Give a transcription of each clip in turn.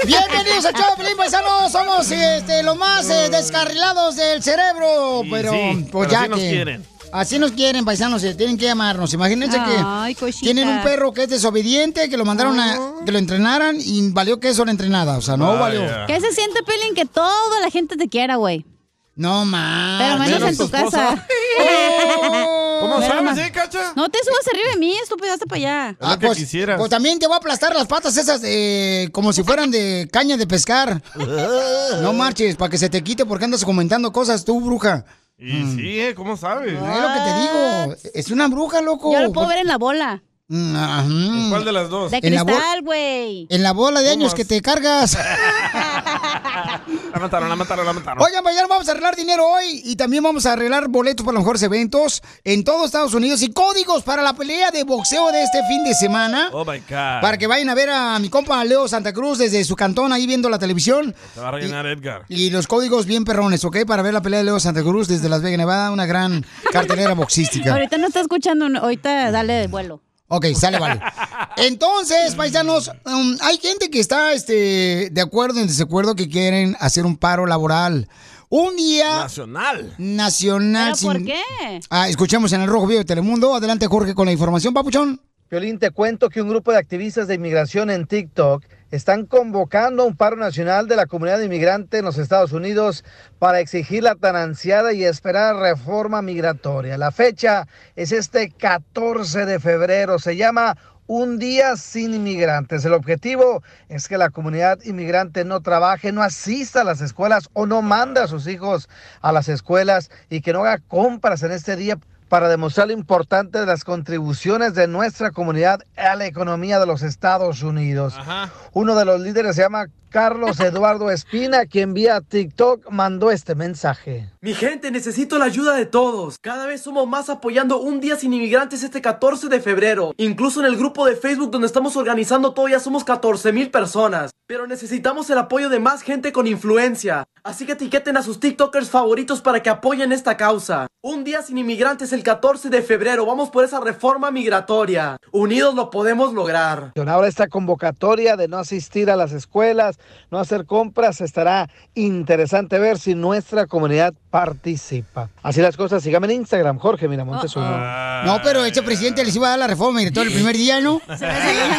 Somos el show, Pelín Paisano, somos este, los más eh, descarrilados del cerebro, Y pero sí, pues pero ya así nos que- quieren. Así nos quieren, paisanos, eh, tienen que amarnos. Imagínense Ay, que cosita. tienen un perro que es desobediente, que lo mandaron a que lo entrenaran y valió queso la entrenada, o sea, no Vaya. valió. ¿Qué se siente, Pelín, que toda la gente te quiera, güey? No más. Pero menos menos en tu tu esposa. casa. ¿Cómo Menos sabes, más. eh, Cacha? No te subas arriba de mí, estúpido, hasta para allá. Ah, pues, pues también te voy a aplastar las patas esas eh, como si fueran de caña de pescar. No marches, para que se te quite porque andas comentando cosas tú, bruja. Mm. Y sí, ¿eh? ¿Cómo sabes? No es lo que te digo. Es una bruja, loco. Yo lo puedo ver en la bola. ¿En cuál de las dos? De En la, bo- cristal, güey. en la bola de Pumas. años que te cargas. La mataron, la mataron, la mataron. Oigan, mañana vamos a arreglar dinero hoy y también vamos a arreglar boletos para los mejores eventos en todo Estados Unidos y códigos para la pelea de boxeo de este fin de semana. Oh my God. Para que vayan a ver a mi compa Leo Santa Cruz desde su cantón ahí viendo la televisión. Te va a rellenar Edgar. Y los códigos bien perrones, ¿ok? Para ver la pelea de Leo Santa Cruz desde Las Vegas, Nevada, una gran cartelera boxística. Ahorita no está escuchando, no- ahorita dale vuelo. Ok, sale, vale. Entonces, paisanos, um, hay gente que está este, de acuerdo en desacuerdo que quieren hacer un paro laboral. Un día... Nacional. Nacional. ¿Pero por sin- qué? Ah, escuchemos en el Rojo Vivo de Telemundo. Adelante, Jorge, con la información, papuchón. Violín, te cuento que un grupo de activistas de inmigración en TikTok están convocando a un paro nacional de la comunidad inmigrante en los Estados Unidos para exigir la tan ansiada y esperada reforma migratoria. La fecha es este 14 de febrero. Se llama un día sin inmigrantes. El objetivo es que la comunidad inmigrante no trabaje, no asista a las escuelas o no manda a sus hijos a las escuelas y que no haga compras en este día para demostrar lo importante de las contribuciones de nuestra comunidad a la economía de los Estados Unidos. Uno de los líderes se llama Carlos Eduardo Espina, quien vía TikTok mandó este mensaje. Mi gente, necesito la ayuda de todos. Cada vez somos más apoyando un día sin inmigrantes este 14 de febrero. Incluso en el grupo de Facebook donde estamos organizando todo ya somos 14 mil personas. Pero necesitamos el apoyo de más gente con influencia. Así que etiqueten a sus TikTokers favoritos para que apoyen esta causa. Un día sin inmigrantes el 14 de febrero. Vamos por esa reforma migratoria. Unidos lo podemos lograr. Ahora esta convocatoria de no asistir a las escuelas, no hacer compras, estará interesante ver si nuestra comunidad participa. Así las cosas, síganme en Instagram, Jorge Miramontes. uno. Ah, No, pero este presidente les iba a dar la reforma migratoria el primer día, ¿no?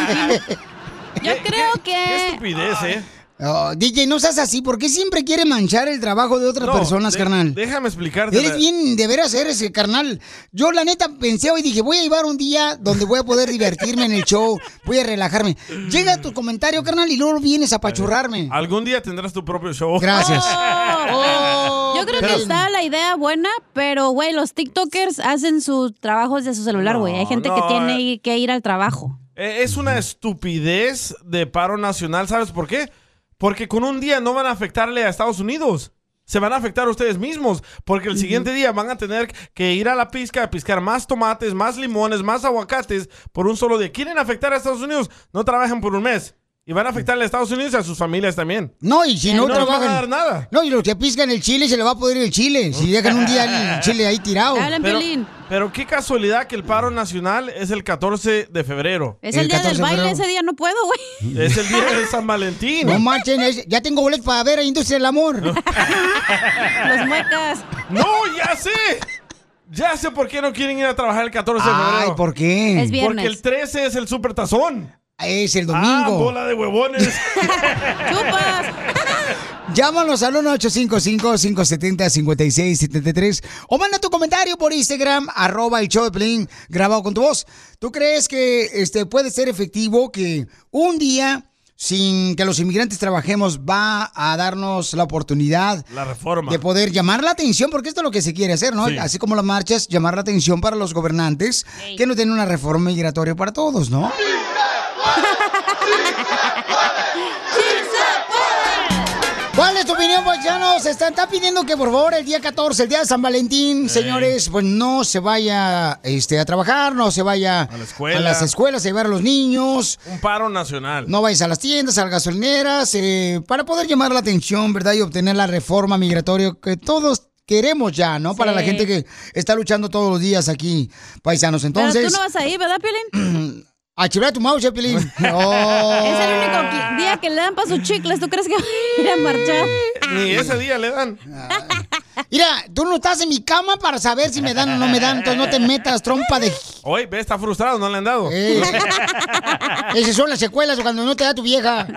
Yo creo Qué que. estupidez, ¿eh? Oh, DJ, no seas así. ¿Por qué siempre quiere manchar el trabajo de otras No, personas, de- carnal? Déjame explicarte. Eres bien, de veras eres, eh, carnal. Yo, la neta, pensé hoy, dije, voy a llevar un día donde voy a poder divertirme en el show, voy a relajarme. Llega tu comentario, carnal, y luego vienes a apachurrarme. Algún día tendrás tu propio show. Gracias. Oh. Yo creo Pero- que está la idea buena, pero güey, los TikTokers hacen sus trabajos de su celular, güey. Hay gente que no, tiene que ir al trabajo. Eh, Es una estupidez de paro nacional, ¿sabes por qué? Porque con un día no van a afectarle a Estados Unidos. Se van a afectar a ustedes mismos, porque el siguiente día van a tener que ir a la pizca a piscar más tomates, más limones, más aguacates por un solo día. ¿Quieren afectar a Estados Unidos? No trabajan por un mes. Y van a afectarle a Estados Unidos y a sus familias también. No, y si Y no, Eh, no les van a trabajan. dar nada. No, y los que piscan el chile se le va a poder ir el chile. Si dejan un día el chile ahí tirado. Pero, pero qué casualidad que el paro nacional es el 14 de febrero. Es el, día del baile, ese día no puedo, güey. Es el día de San Valentín. No marchen, es- ya tengo boletos para ver a Industria del Amor. Los muecas. ¡No, ya sé! Ya sé por qué no quieren ir a trabajar el 14 de Ay, febrero. ¿por qué? Es viernes. Porque el 13 es el super tazón. Es el Ah, domingo. bola de huevones. Llámanos al 1-855-570-5673 o manda tu comentario por Instagram, arroba el show de Pelín, grabado con tu voz. ¿Tú crees que este, puede ser efectivo que un día, sin que los inmigrantes trabajemos, va a darnos la oportunidad La reforma. de poder llamar la atención, porque esto es lo que se quiere hacer, ¿no? Sí. Así como las marchas, llamar la atención para los gobernantes que no tienen una reforma migratoria para todos, ¿no? ¿Cuál es tu opinión, paisanos? Están, están pidiendo que, por favor, el día 14, el día de San Valentín, señores, pues no se vaya este, a trabajar, no se vaya a, escuela. las escuelas a llevar a los niños, Un paro nacional. no vayas a las tiendas, a las gasolineras, eh, para poder llamar la atención, ¿verdad? Y obtener la reforma migratoria que todos queremos ya, ¿no? Para Sí. la gente que está luchando todos los días aquí, paisanos. Entonces... Pero tú no vas a ir, ¿verdad, Piolín? A chiflar tu mouse, eh, Piolín. Oh. Es el único Ah. que- día que le dan para sus chicles. ¿Tú crees que va a ir a marchar? Ni ese día le dan. Ah. Mira, tú no estás en mi cama para saber si me dan o no me dan, entonces no te metas, trompa de... Oye, ve, está frustrado, no le han dado. Eh. Esas son las secuelas cuando no te da tu vieja.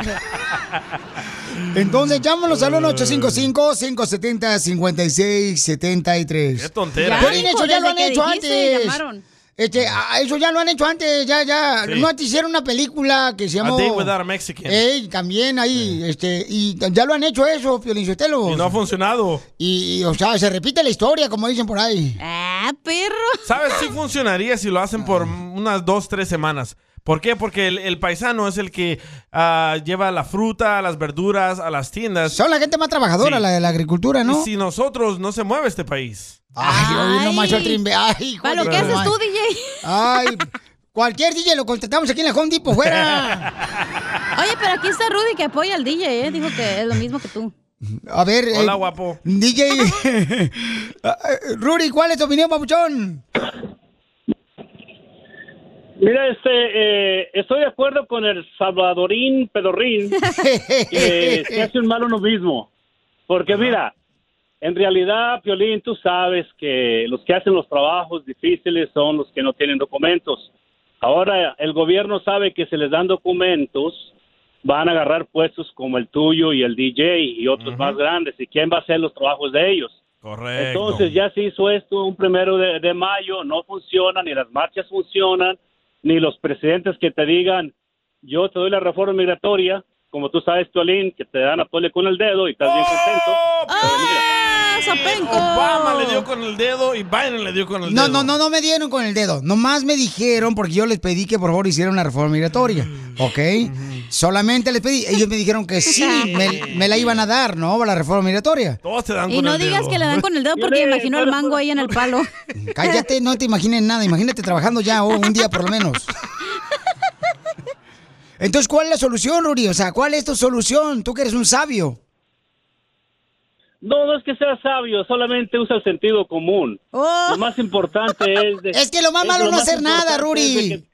Entonces, llámanos al 1-855-570-5673. Qué tontera, Piolín, ¿eh? eso ya lo han Desde que hecho dijiste, antes. llamaron. Este, a- eso ya lo han hecho antes, ya, ya. Sí. No te hicieron una película que se llamó... A Day Without a Mexican. Ey, también ahí, este, y ya lo han hecho eso, Piolín Sotelo. Y no ha funcionado. Y, y, o sea, se repite la historia, como dicen por ahí. Ah, perro. ¿Sabes si funcionaría si lo hacen por unas dos, tres semanas? ¿Por qué? Porque el, el paisano es el que ah, lleva la fruta, las verduras, a las tiendas. Son la gente más trabajadora, Sí. la de la agricultura, Y ¿no? si nosotros no se mueve este país. Ay, hoy no Ay. más el trimbe. Ay, hijo Para lo de que tu haces madre. tú, DJ. Ay, cualquier DJ lo contratamos aquí en la Home Depot, fuera. Oye, pero aquí está Rudy que apoya al DJ, ¿eh? Dijo que es lo mismo que tú. A ver. eh, Hola, guapo. DJ. Ah, eh, Ruri, ¿cuál es tu opinión, papuchón? Mira, este, eh, estoy de acuerdo con el salvadorín pedorrín que se hace un mal uno mismo. Porque mira, en realidad, Piolín, tú sabes que los que hacen los trabajos difíciles son los que no tienen documentos. Ahora el gobierno sabe que si les dan documentos, van a agarrar puestos como el tuyo y el DJ y otros más grandes. ¿Y quién va a hacer los trabajos de ellos? Correcto. Entonces ya se hizo esto un primero de, de mayo, no funciona, ni las marchas funcionan, ni los presidentes que te digan, yo te doy la reforma migratoria, como tú sabes, Tolín, que te dan a tole con el dedo y estás bien contento. ¡Oh, ¡Ah, sí! sopenco! Obama le dio con el dedo y Biden le dio con el No, dedo. no, no, no me dieron con el dedo. Nomás me dijeron porque yo les pedí que por favor hicieran una reforma migratoria. Mm. ¿Ok? Mm-hmm. Solamente les pedí. Ellos me dijeron que sí, me, me la iban a dar, ¿no? La reforma migratoria. Todos te dan Y con no el dedo. digas que le dan con el dedo porque Violín, imagino al pero- mango ahí en el palo. Cállate, no te imagines nada. Imagínate trabajando ya o un día por lo menos. Entonces, ¿cuál es la solución, Ruri? O sea, ¿cuál es tu solución? Tú que eres un sabio. No, no es que sea sabio, solamente usa el sentido común. Oh. Lo más importante es... de- Es que lo más es malo no más hacer nada, importante es de Ruri. que-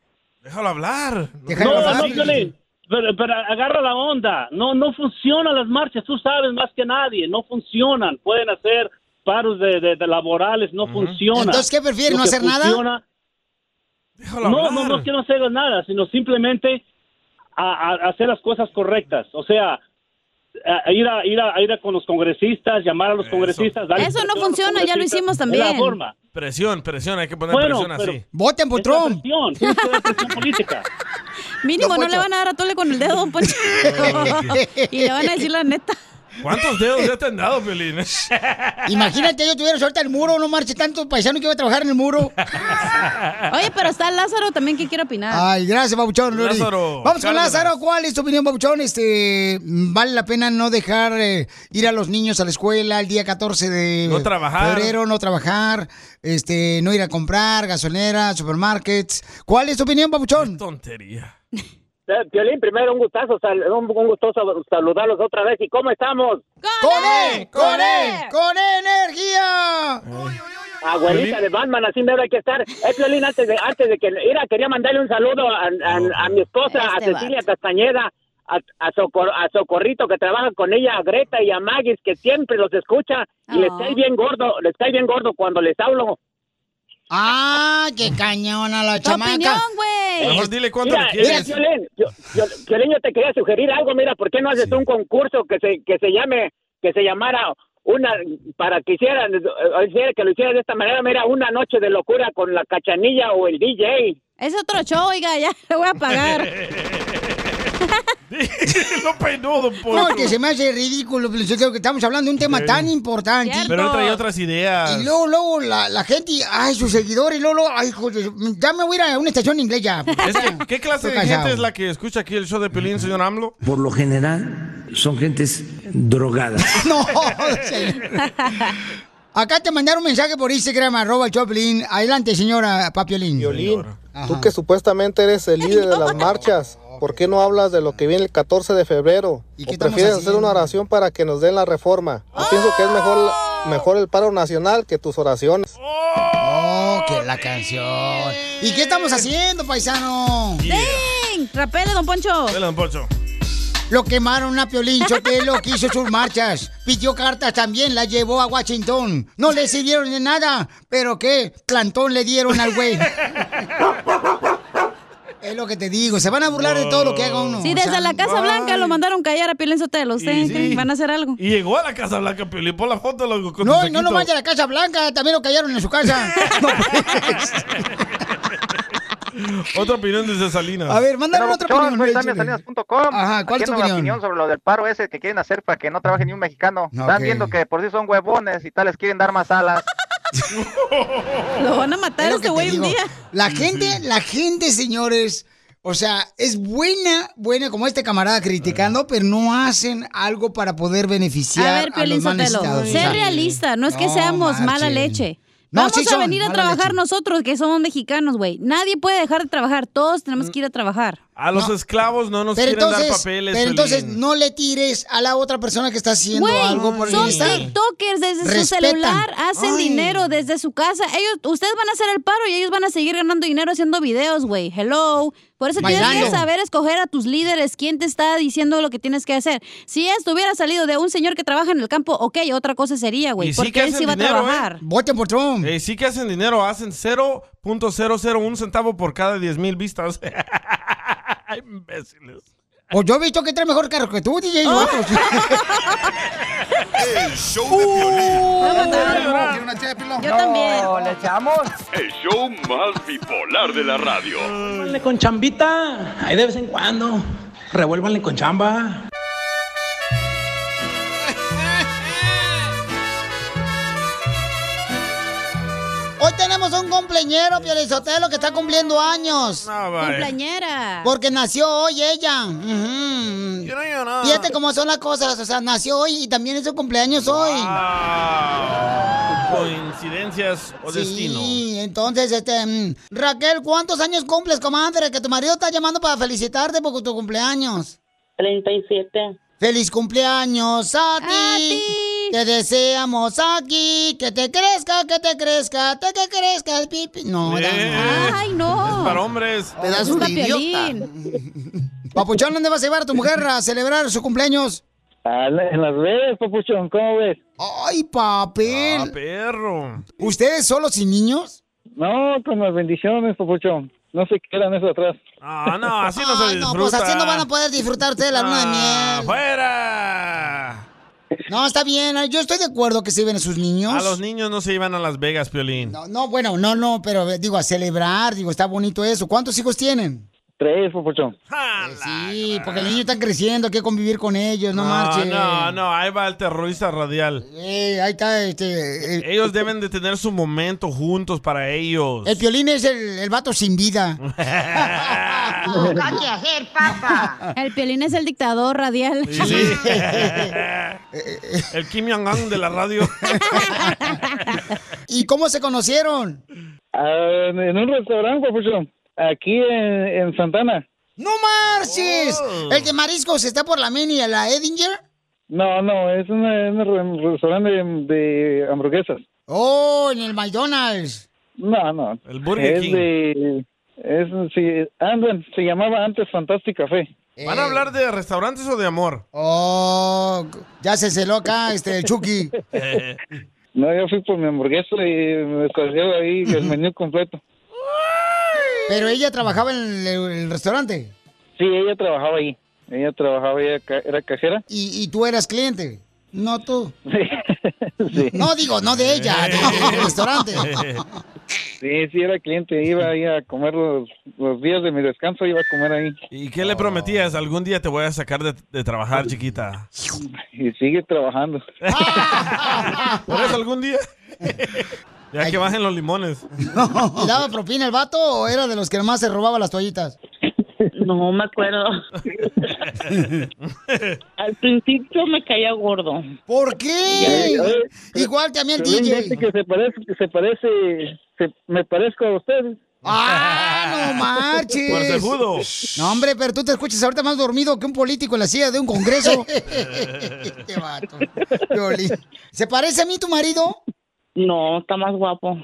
Déjalo hablar. Déjalo No, hablar. no, Piolín, pero, pero agarra la onda. No, no funcionan las marchas. Tú sabes más que nadie. No funcionan. Pueden hacer paros de, de- de laborales. No funcionan. Entonces, ¿qué prefieres, Lo no que hacer nada? funciona- Déjalo No, hablar. no, no quiero hacer nada, sino simplemente a- a- hacer las cosas correctas. O sea, a- a ir, a, ir, a, a ir a con los congresistas, llamar a los Eso. congresistas. darle Eso no presión a los funciona, ya lo congresistas. hicimos Es la también. forma. Presión, presión. Hay que poner Bueno, presión pero- así. Voten por Es la Trump. presión, tienes que dar presión política. Mínimo, Don no Poncho. le van a dar a Tole con el dedo, don Poncho. y le van a decir la neta. ¿Cuántos dedos ya te han dado, Piolín? Imagínate, yo tuviera suelta el muro, no marche tanto paisano que iba a trabajar en el muro. Oye, pero está Lázaro también que quiere opinar. Ay, gracias, Babuchón. Lori. Ah. Lázaro, Vamos con Cárdenas. Lázaro. ¿Cuál es tu opinión, Babuchón? Este, ¿Vale la pena no dejar eh, ir a los niños a la escuela el día 14 de No trabajar. febrero? No trabajar, este, no ir a comprar, gasolinera, supermarkets. ¿Cuál es tu opinión, Babuchón? Tontería. Violín, Eh, primero un gustazo, sal- un, un gusto sal- saludarlos otra vez. ¿Y cómo estamos? ¡Con él! ¡Con E. él! ¡Con energía! Abuelita Piolín. de Batman, así mero hay que estar. Eh, Violín, antes de, antes de que... Mira, quería mandarle un saludo a, a- a mi esposa, a Este Cecilia vato. Castañeda, a, a Socor- a Socorrito, que trabaja con ella, a Greta y a Magis, que siempre los escucha y les Oh. cae bien gordo, les cae bien gordo cuando les hablo. ¡Ah, qué cañona la Tu opinión, chamaca! güey. Mejor dile cuánto Mira, le mira, quieres. Piolín, yo, yo, Piolín, yo te quería sugerir algo. Mira, ¿por qué no haces un concurso que se, que se llame, que se llamara una, para que hicieran, eh, hiciera- que lo hicieran de esta manera, mira, una noche de locura con la cachanilla o el DJ. Es otro show, oiga, ya le voy a pagar. lo peinó, don Poncho. No, que se me hace ridículo, Feliciteo, que estamos hablando de un tema tan importante. Cierto. Pero él traía otras ideas. Y luego, luego, la, la gente, ay, sus seguidores, luego, luego, ay, hijo de su- ya me voy a ir a una estación inglés ya. Es que, ¿Qué clase de Estoy cansado. gente es la que escucha aquí el show de Piolín, señor AMLO? por lo general son gentes drogadas. No, señor. Acá te mandaron un mensaje por Instagram, arroba el Choplin. Adelante, señora Papiolín. Violín, Ajá. Ah, tú que supuestamente eres el líder de las marchas, ¿por qué no hablas de lo que viene el 14 de febrero? ¿Y ¿O qué estamos prefieres hacer haciendo? una oración para que nos den la reforma? Yo pienso que es mejor, la- mejor el paro nacional que tus oraciones. Eh. Oh, que la canción. ¿Y qué estamos haciendo, paisano? Yeah. Piolín. Rapele, don Poncho. Dale, don Poncho. Lo quemaron a Piolín Sotelo que hizo sus marchas. Pidió cartas también, la llevó a Washington. No le sirvieron de nada, pero qué plantón le dieron al güey. es lo que te digo, se van a burlar de todo lo que haga uno. Sí, O desde sea, la Casa Blanca lo mandaron callar a Piolín Sotelo. Ustedes sí. creen, van a hacer algo. Y llegó a la Casa Blanca, Piolín, por la foto. Lo, con No, su y no saquito. nomás de la Casa Blanca, también lo callaron en su casa. No, pues. Otra opinión desde Salinas. A ver, mándale otra opinión. Soy échale. DamiaSalinas.com. Ajá, ¿cuál es tu haciendo la opinión? opinión sobre lo del paro ese que quieren hacer para que no trabaje ni un mexicano. Están ok. viendo que por sí son huevones y tal, les quieren dar más alas. Lo van a matar Es lo este que te güey un digo. día. La gente, la gente, señores, o sea, es buena, buena como este camarada criticando, pero no hacen algo para poder beneficiar A a, ver, Piolín los más Sotelo, necesitados. o sé sea. realista, no es que No seamos mala marchen. leche. No, Vamos sí a son venir a mala trabajar leche. nosotros, que somos mexicanos, güey. Nadie puede dejar de trabajar, todos tenemos que ir a trabajar. A los esclavos no nos Mm. Pero quieren entonces, dar papeles. pero entonces Piolín. no le tires a la otra persona que está haciendo algo por Güey, el son bienestar. tiktokers desde su Respetan. celular, hacen Ay. dinero desde su casa. Ellos, ustedes van a hacer el paro y ellos van a seguir ganando dinero haciendo videos, güey. Hello. Por eso tienes Bailando. que saber escoger a tus líderes, quién te está diciendo lo que tienes que hacer. Si esto hubiera salido de un señor que trabaja en el campo, ok, otra cosa sería, güey, Y sí porque que él hacen sí va a dinero, ¿eh? trabajar. Voten por Trump. Eh, sí que hacen dinero, hacen 0.001 centavo por cada 10 mil vistas. Ay, Imbéciles. Pues yo he visto que trae mejor carro que tú, DJ. vatos. El show Oh. de violín. Uh, Yo también. ¿Le echamos? El show más bipolar de la radio. Revuélvanle con chambita. Ahí de vez en cuando. Revuélvanle con chamba. Hoy tenemos un cumpleañero, Piolizotelo, que está cumpliendo años. Cumpleañera. Porque nació hoy ella. Ujú. Fíjate cómo son las cosas. O sea, nació hoy y también es su cumpleaños hoy. Coincidencias o destino. Sí, entonces, este. mm, Raquel, ¿cuántos años cumples, comadre? Que tu marido está llamando para felicitarte por tu cumpleaños. 37. Feliz cumpleaños a ti. Te deseamos aquí que te crezca, que te crezca, te que crezca el pipi. No, Eh, da- Ay, no. Es para hombres. Pedazo de idiota. Papuchón, ¿dónde vas a llevar a tu mujer a celebrar su cumpleaños? A la- Ah, En las redes, papuchón, ¿cómo ves? Ay, papel. Ah, perro. ¿Ustedes solos sin niños? No, con las bendiciones, papuchón. No se quedan eso atrás. Ah, no, así no se Ay, disfruta. no, pues así no van a poder disfrutar ustedes la luna de Ah, miel. ¡Fuera! No, está bien. Yo estoy de acuerdo que se lleven a sus niños. A los niños no se iban a Las Vegas, Piolín. No, bueno, no, no, pero eh, digo, a celebrar, digo, está bonito eso. ¿Cuántos hijos tienen? Tres, papuchón. Eh, Sí, porque los niños están creciendo, hay que convivir con ellos, no, marchen. no, no, ahí va el terrorista radial. Eh, ahí está, este, eh, Ellos deben de tener su momento juntos para ellos. el piolín es el, el vato sin vida. El Piolín es el dictador radial. Sí. el Kim Jong-un de la radio. ¿Y cómo se conocieron? Ah, en un restaurante, papuchón. Aquí en, en Santana. ¡No marches! Oh. ¿El de mariscos está por la mini, a la Edinger? No, no, es una- un re- restaurante de, de hamburguesas. Oh, en el McDonald's. No, no. El Burger es King. De, es, sí, andan, se llamaba antes Fantastic Café. ¿Van a hablar de restaurantes o de amor? Eh. Oh, ya se celó acá, este, el Chucky. No, yo fui por mi hamburguesa y me escogió ahí el menú completo. Pero ella trabajaba en el, el restaurante Sí, ella trabajaba ahí. Ella trabajaba, ella ca- era cajera. y, y tú eras cliente, no tú. Sí. No digo, no de ella, no, del restaurante. Sí, sí, era cliente. Iba ahí a comer los, los días de mi descanso, iba a comer ahí. ¿Y qué le prometías? Algún día te voy a sacar de, de trabajar, chiquita. Y sigue trabajando. ¿Por eso algún día? ya que bajen los limones. ¿Y daba propina el vato o era de los que nomás se robaba las toallitas? No me acuerdo. Al principio me caía gordo. ¿Por qué? Ya, ya, Igual también el Pero no DJ. invente que se parece, que se parece, se- me parezco a usted. ¡Ah, no marches! Puercejudo. No, hombre, pero tú te escuchas ahorita más dormido que un político en la silla de un congreso. Este vato. Piolín. ¿Se parece a mí tu marido? No, está más guapo.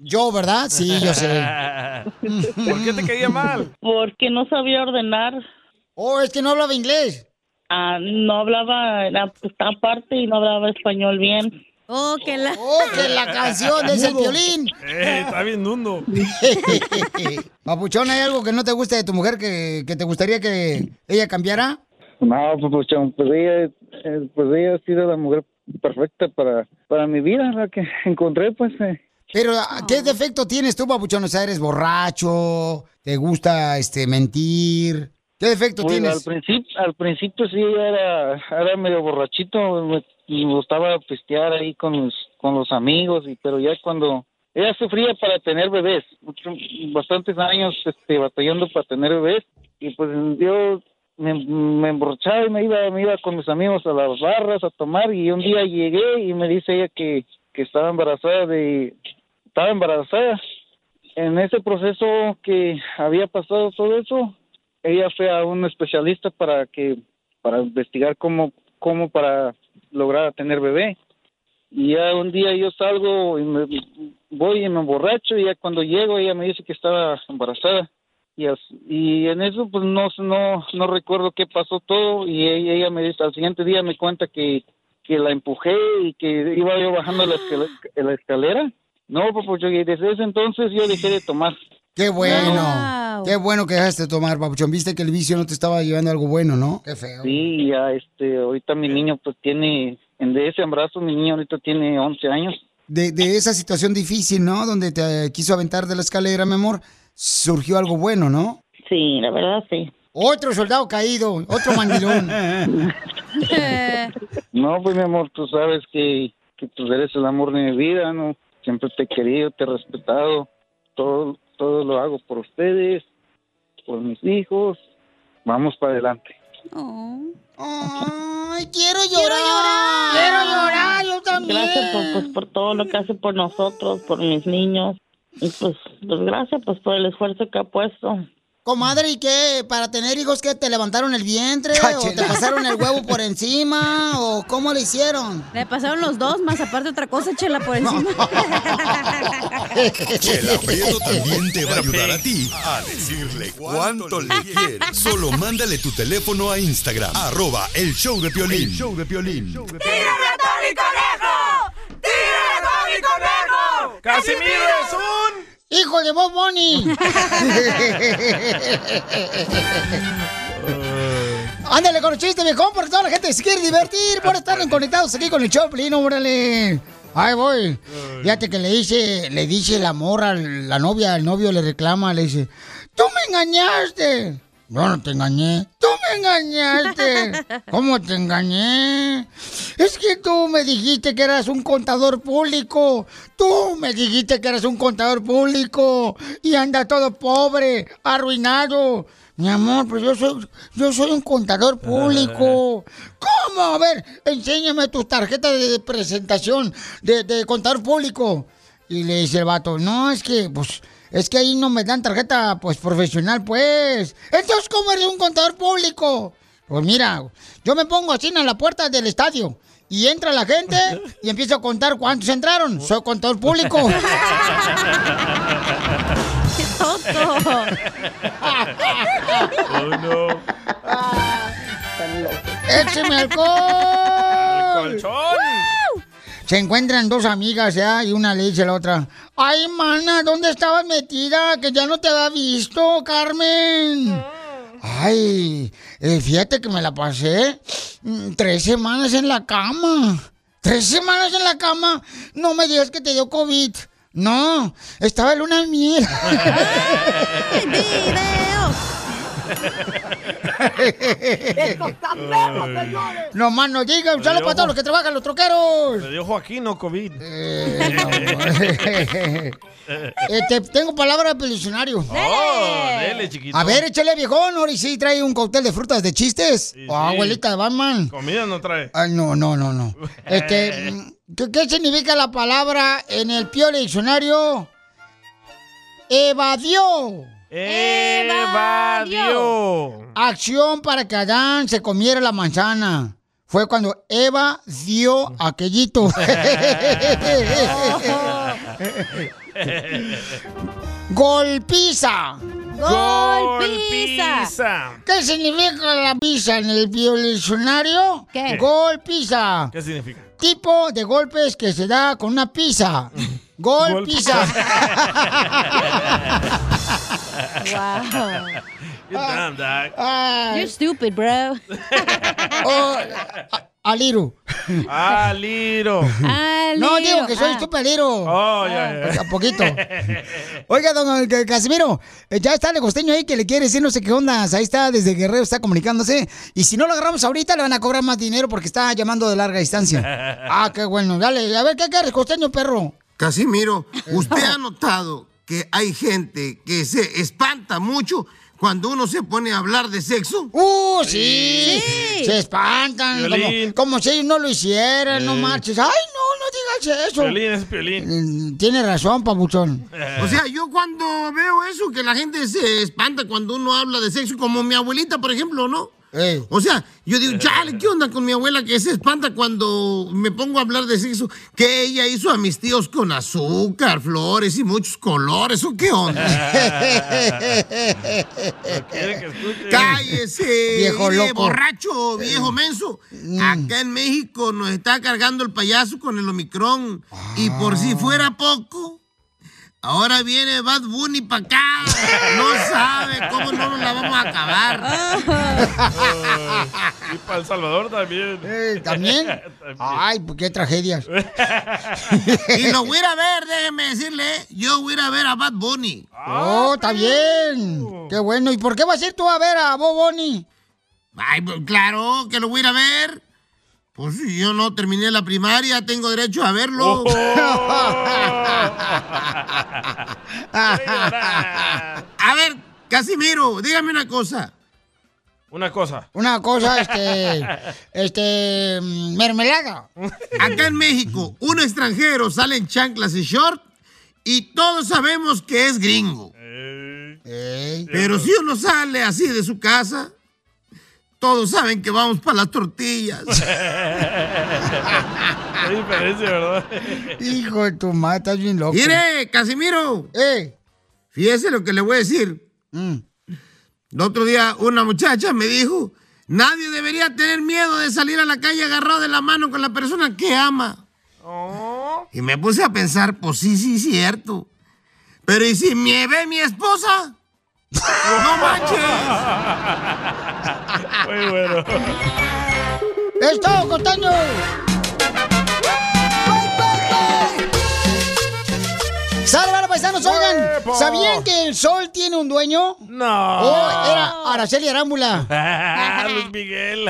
Yo, ¿verdad? Sí, yo sé. ¿Por qué te caía mal? Porque no sabía ordenar. Oh, es que no hablaba inglés. Ah, no hablaba, era esta parte y no hablaba español bien. Oh, que la, que la canción es el violín. Eh, está bien nundo. Papuchón, ¿hay algo que no te gusta de tu mujer que, que te gustaría que ella cambiara? No, pues, pues, chum, pues ella, eh, pues ella ha sido la mujer perfecta para, para mi vida, la que encontré, pues. eh. Pero, ¿a- ¿qué defecto tienes tú, Papuchón? O sea, eres borracho, te gusta este mentir. ¿Qué defecto Pues, tienes? Al principio, al principio sí era, era medio borrachito, me, me gustaba pistear ahí con los, con los amigos, y, pero ya cuando ella sufría para tener bebés, mucho- bastantes años este, batallando para tener bebés, y pues yo me, me emborrachaba y me iba, me iba con mis amigos a las barras a tomar, y un día llegué y me dice ella que, que estaba embarazada de, estaba embarazada. En ese proceso que había pasado todo eso, ella fue a un especialista para que para investigar cómo cómo para lograr tener bebé y ya un día yo salgo y me voy y me emborracho y ya cuando llego ella me dice que estaba embarazada y, as- y en eso pues no no no recuerdo qué pasó todo y ella, ella me dice al siguiente día me cuenta que que la empujé y que iba yo bajando la escalera, la escalera. no pues, pues yo y desde ese entonces yo dejé de tomar Qué bueno. Qué bueno que dejaste de tomar, Papuchón. Viste que el vicio no te estaba llevando a algo bueno, ¿no? Qué feo. Sí, ya este, ahorita mi niño pues tiene, de ese embarazo mi niño ahorita tiene 11 años. De, Eh. de esa situación difícil, ¿no? Donde te eh, quiso aventar de la escalera, mi amor, surgió algo bueno, ¿no? Sí, la verdad, sí. Otro soldado caído, otro mandilón. No, pues mi amor, tú sabes que, que tú eres el amor de mi vida, ¿no? Siempre te he querido, te he respetado, todo, todo lo hago por ustedes, por mis hijos, vamos para adelante. Ay, quiero llorar. Quiero llorar, yo también. Gracias por, pues, por todo lo que hace por nosotros, por mis niños. Y pues, pues gracias pues por el esfuerzo que ha puesto. Comadre, ¿y qué? ¿Para tener hijos que te levantaron el vientre? ¿O te pasaron el huevo por encima? ¿O cómo le hicieron? le pasaron los dos, más aparte otra cosa, chela por encima. Chela Prieto también te va a ayudar a ti a decirle cuánto le quieres. Solo mándale tu teléfono a Instagram, arroba el show de Piolín. El show de Piolín. ¡Casimiro es ¡Hijo de Bob Bunny! Ándale con el chiste, viejón, porque toda la gente se quiere divertir por estar conectados aquí con el Choplin, órale. Ahí voy. Fíjate que le dice, le dice la morra, la novia, el novio le reclama, le dice, tú me engañaste. Yo no te engañé. Tú me engañaste. ¿Cómo te engañé? Es que tú me dijiste que eras un contador público. Tú me dijiste que eras un contador público. Y anda todo pobre, arruinado. Mi amor, pues yo soy, yo soy un contador público. ¿Cómo? A ver, enséñame tus tarjetas de presentación de, de contador público. Y le dice el vato, no, es que, pues, es que ahí no me dan tarjeta, pues, profesional, pues. Entonces, ¿cómo eres un contador público? Pues mira, yo me pongo así en la puerta del estadio y entra la gente y empiezo a contar cuántos entraron. Soy contador público. ¡Qué Oh, no! ¡Écheme alcohol! Se encuentran dos amigas, ¿ya? Y una le dice a la otra, ¡Ay, mana! ¿Dónde estabas metida? Que ya no te había visto, Carmen. Ay, eh, fíjate que me la pasé mm, tres semanas en la cama. ¿Tres semanas en la cama? No me digas que te dio COVID. No, estaba en luna de miel. No más no diga, Me usalo dio para todos ojo. los que trabajan los troqueros. Le dio Joaquín, no COVID. Eh, Este, tengo palabra de diccionario. Oh, dele, chiquito. A ver, échale viejón, ahora sí trae un cóctel de frutas de chistes. sí. Oh, abuelita de Batman. Comida no trae. Ay, no, no, no, no. Este, mm, ¿qué, qué significa la palabra en el piole diccionario? Evadió. Evadió. Acción para que Adán se comiera la manzana. fue cuando Eva dio aquellito. Golpiza. Golpiza. ¿Qué significa la pizza en el diccionario? ¿Qué? Golpiza. ¿Qué significa? Tipo de golpes que se da con una pizza. Golpiza. Wow. You're dumb, Doc. You're stupid, bro. Oh. Aliru. Ah, Aliro. No, digo que soy Ah. estúpido, Aliru. Oh, ya, ya. A poquito. Oiga, don eh, Casimiro, eh, ya está el costeño ahí que le quiere decir no sé qué ondas. Ahí está, desde Guerrero está comunicándose. Y si no lo agarramos ahorita, le van a cobrar más dinero porque está llamando de larga distancia. Ah, qué bueno. Dale, a ver, ¿qué quieres, costeño, perro? Casimiro, ¿usted ha notado que hay gente que se espanta mucho cuando uno se pone a hablar de sexo? ¡Uh, sí! Se espantan, Violín. como, como si ellos no lo hicieran, no Eh. marches. ¡Ay, no, no digas eso! Violín, es Mm, Tiene razón, papuchón. O sea, yo cuando veo eso, que la gente se espanta cuando uno habla de sexo, como mi abuelita, por ejemplo, ¿no? Eh. O sea, yo digo, chale, ¿qué onda con mi abuela que se espanta cuando me pongo a hablar de sexo? Que ella hizo a mis tíos con azúcar, flores y muchos colores, ¿o qué onda? ¡Cállese! Viejo mire, loco. Mm. borracho, viejo menso. Acá en México nos está cargando el payaso con el Omicron. Y por Ah. si fuera poco, ahora viene Bad Bunny para acá. No sabe cómo no nos la vamos a acabar. Y para El Salvador también. Eh, ¿También? Ay, pues qué tragedias. y lo voy a ir a ver, déjeme decirle, ¿eh? yo voy a ir a ver a Bad Bunny. ¡Oh, está bien! ¡Qué bueno! ¿Y por qué vas a ir tú a ver a Boboni? Ay, pues, claro que lo voy a ir a ver. Pues si yo no terminé la primaria, tengo derecho a verlo. a ver, Casimiro, dígame una cosa. Una cosa. Una cosa, este. este. mm, mermelada. Acá en México, un extranjero sale en chanclas y short y todos sabemos que es gringo. Pero si uno sale así de su casa, todos saben que vamos para las tortillas. Qué diferencia, ¿verdad? Hijo de tu madre, estás bien loco. Eh. Mire, Casimiro. Fíjese lo que le voy a decir. Mm. El otro día una muchacha me dijo, nadie debería tener miedo de salir a la calle agarrado de la mano con la persona que ama. Oh. Y me puse a pensar, pues sí, sí, cierto. Pero ¿y si me ve mi esposa? ¡Oh, ¡No manches! Muy bueno. ¡Es todo, Costeño! ¡Sálvalo, paisanos! Oigan, ¡Huevo! ¿sabían que el sol tiene un dueño? No. Oh, era Araceli Arámbula. Ah, Luis Miguel.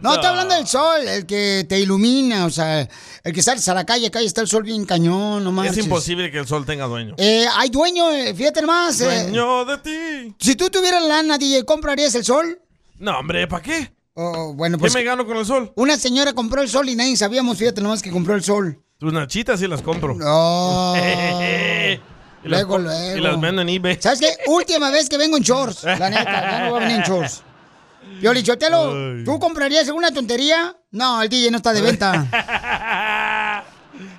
No, está hablando del sol, el que te ilumina, o sea, el que sales a la calle, acá está el sol bien cañón, no Es marches. imposible que el sol tenga dueño. Eh, hay dueño, eh, fíjate más. Dueño de ti. Si tú tuvieras lana, DJ, ¿comprarías el sol? No, hombre, ¿para qué? Oh, bueno, ¿Qué pues- me gano con el sol? Una señora compró el sol y nadie sabíamos, fíjate nomás que compró el sol. Tus nachitas sí las compro. No. y, las Luego, co- luego. y las vendo en eBay. ¿Sabes qué? Última vez que vengo en shorts, la neta, ya no voy a venir en shorts. Pioli, Chotelo, Ay. ¿tú comprarías alguna tontería? No, el DJ no está de venta.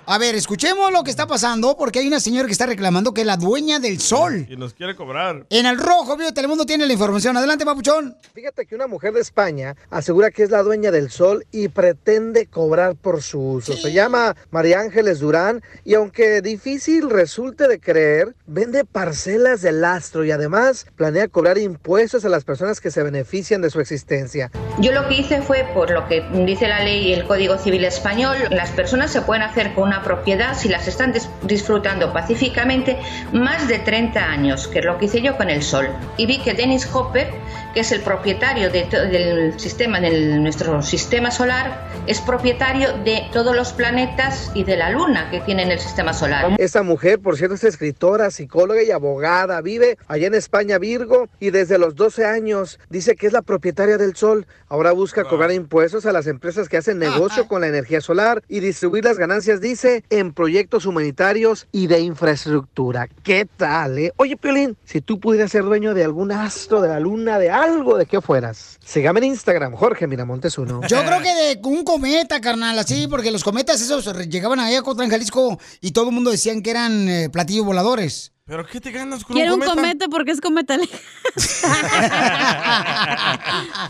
A ver, escuchemos lo que está pasando, porque hay una señora que está reclamando que es la dueña del sol. Y nos quiere cobrar. En el rojo, vivo de Telemundo tiene la información. Adelante, papuchón. Fíjate que una mujer de España asegura que es la dueña del sol y pretende cobrar por su uso. Se llama María Ángeles Durán y aunque difícil resulte de creer, vende parcelas del astro y además planea cobrar impuestos a las personas que se benefician de su existencia. Yo lo que hice fue, por lo que dice la ley y el Código Civil Español, las personas se pueden hacer con una propiedad si las están dis- disfrutando pacíficamente más de 30 años, que es lo que hice yo con el sol. Y vi que Dennis Hopper, que es el propietario de to- del sistema, de nuestro sistema solar, es propietario de todos los planetas y de la luna que tiene en el sistema solar. Esta mujer, por cierto, es escritora, psicóloga y abogada. Vive allá en España, Virgo, y desde los 12 años dice que es la propietaria del sol. ahora busca cobrar impuestos a las empresas que hacen negocio con la energía solar y distribuir las ganancias, dice, en proyectos humanitarios y de infraestructura. ¿Qué tal, eh? Oye, Piolín, si tú pudieras ser dueño de algún astro, de la luna, de algo, ¿de qué fueras? Sígame en Instagram, Jorge Miramontes uno. Yo creo que de un cometa, carnal, así, porque los cometas esos llegaban ahí a Cotlán, Jalisco, y todo el mundo decían que eran eh, platillos voladores. ¿Pero qué te ganas con Quiero un un cometa? cometa porque es cometa. Te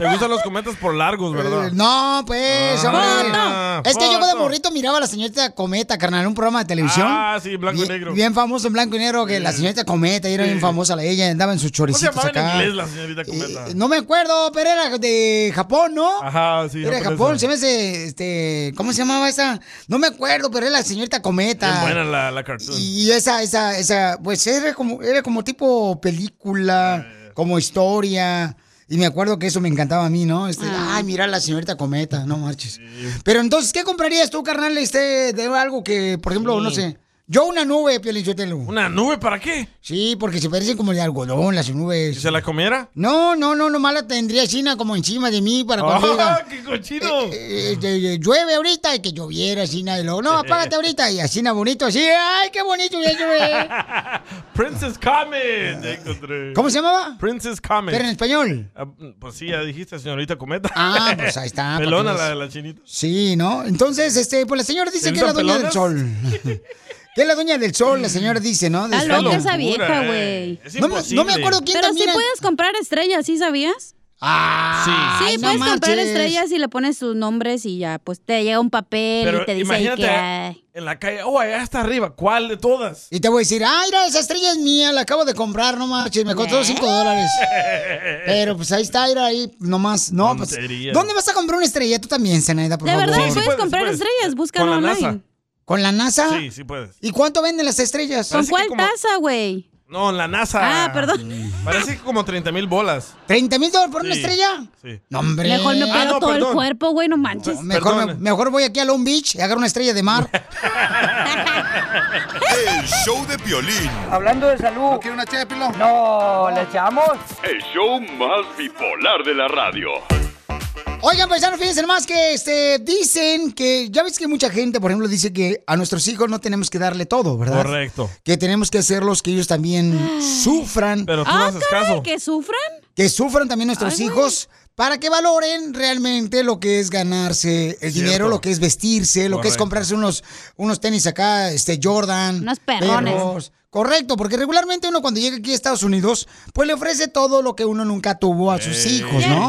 gustan los cometas por largos, ¿verdad? Eh, No, pues, hombre. Ah, es que yo de foto. morrito miraba a la señorita Cometa, carnal, en un programa de televisión. Ah, sí, blanco y Bien- negro. Bien famoso en blanco y negro, que la señorita Cometa era bien famosa, la ella andaba en sus ¿Cómo se choricitos llamaba acá. Eh, en inglés la señorita cometa? No me acuerdo, pero era de Japón, ¿no? Ajá, sí. Era de japonesa. Japón, se me hace, este, ¿cómo se llamaba esa? No me acuerdo, pero era la señorita Cometa. Bien buena la, la cartoon. Y esa, esa, esa, pues era como, era como tipo película, Eh. como historia. Y me acuerdo que eso me encantaba a mí, ¿no? Este, Ay, mira la señorita cometa, no marches. Pero entonces, ¿qué comprarías tú, carnal, este, de algo que, por ejemplo, no sé? Yo una nube, Pielichotelo. ¿Una nube para qué? Sí, porque se parecen como de algodón las nubes. ¿Y se la comiera? No, no, no, nomás la tendría China como encima de mí para cuando ¡Ah, diga, qué cochino! eh, eh, eh, llueve ahorita y que lloviera China y luego, no, apágate ahorita y así na bonito, así, ay, qué bonito ya llueve. Princess Comet. ya encontré. Ah. ¿Cómo se llamaba? Princess Comet. Pero en español. Ah, pues sí, ya dijiste, señorita cometa. Ah, pues ahí está, para Pelona que la veas. de la chinita. Sí, ¿no? Entonces, este, pues la señora dice ¿Te que es la gustan dueña del sol. que es la dueña del sol, la señora dice, ¿no? De Está su- loca esa eh. vieja, güey. No me- no me acuerdo quién Pero también sí puedes comprar estrellas, ¿sí sabías? Ah, Sí, ay, no puedes comprar marches. estrellas y le pones sus nombres y ya, pues te llega un papel Pero y te dice ahí imagínate que ah. hay. en la calle, oh, allá está arriba, ¿cuál de todas? Y te voy a decir, ay, mira, esa estrella es mía, la acabo de comprar, no marches, me costó 5 dólares. Pero pues ahí está, era ahí nomás. No, pues. Tontería. ¿Dónde vas a comprar una estrella tú también, Zenaida, por De favor? verdad, Sí, sí puedes puedes, sí comprar puedes. estrellas, búscalo Con la online. NASA. ¿Con la NASA? Sí, sí puedes. ¿Y cuánto venden las estrellas? ¿Con cuál taza, güey? No, en la NASA. Ah, perdón. Parece que como 30 mil bolas. ¿30 mil dólares por una Sí. estrella? Sí. No, hombre. Mejor me Ah, pelo no, todo el perdón. cuerpo, güey, no manches. Mejor, me- mejor voy aquí a Long Beach y agarro una estrella de mar. El show de Piolín. Hablando de salud. ¿Quiere una ché No, ¿le echamos? El show más bipolar de la radio. Oigan, paisanos, fíjense más que este, dicen que, ya ves que mucha gente, por ejemplo, dice que a nuestros hijos no tenemos que darle todo, ¿verdad? Correcto. Que tenemos que hacerlos que ellos también sufran. Pero Ah, caray, que sufran. Que sufran también nuestros Ay, güey. hijos para que valoren realmente lo que es ganarse el dinero, lo que es vestirse, lo que es Correcto. comprarse unos, unos tenis acá, este Jordan. Unos perrones. Correcto, porque regularmente uno cuando llega aquí a Estados Unidos, pues le ofrece todo lo que uno nunca tuvo a sus hijos, Pues ¿no?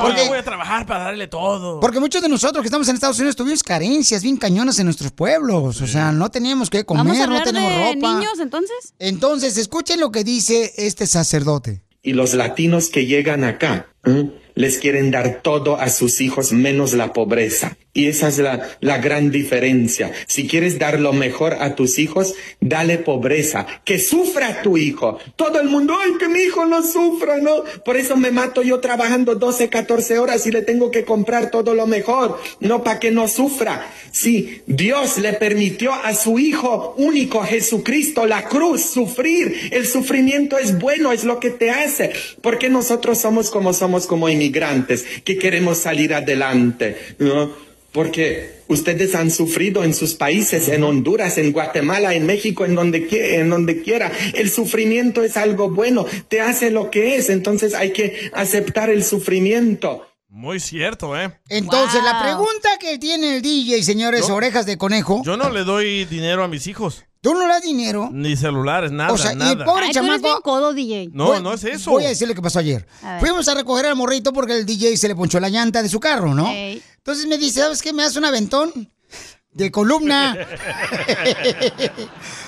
Porque Porque voy a trabajar para darle todo. porque muchos de nosotros que estamos en Estados Unidos tuvimos carencias bien cañonas en nuestros pueblos. O sea, no teníamos que comer, ¿Vamos a no hablar teníamos de ropa. niños entonces? Entonces, escuchen lo que dice este sacerdote. Y los latinos que llegan acá ¿eh? les quieren dar todo a sus hijos menos la pobreza. Y esa es la, la gran diferencia. Si quieres dar lo mejor a tus hijos, dale pobreza. Que sufra tu hijo. Todo el mundo, ay, que mi hijo no sufra, ¿no? Por eso me mato yo trabajando 12, 14 horas y le tengo que comprar todo lo mejor. No para que no sufra. Sí, Dios le permitió a su hijo único, Jesucristo, la cruz, sufrir. El sufrimiento es bueno, es lo que te hace. Porque nosotros somos como somos, como inmigrantes, que queremos salir adelante, ¿no? Porque ustedes han sufrido en sus países, en Honduras, en Guatemala, en México, en donde, qui- en donde quiera. El sufrimiento es algo bueno, te hace lo que es, entonces hay que aceptar el sufrimiento. Muy cierto, ¿eh? Entonces, la pregunta que tiene el DJ, señores, Yo- orejas de conejo. Yo no le doy dinero a mis hijos. Tú no le das dinero. Ni celulares, nada, o sea, y nada. el pobre chamaco. No, Voy- no es eso. Voy a decir lo que pasó ayer. A ver. Fuimos a recoger al morrito porque el DJ se le ponchó la llanta de su carro, ¿no? Entonces me dice, ¿sabes qué? ¿Me das un aventón? De columna.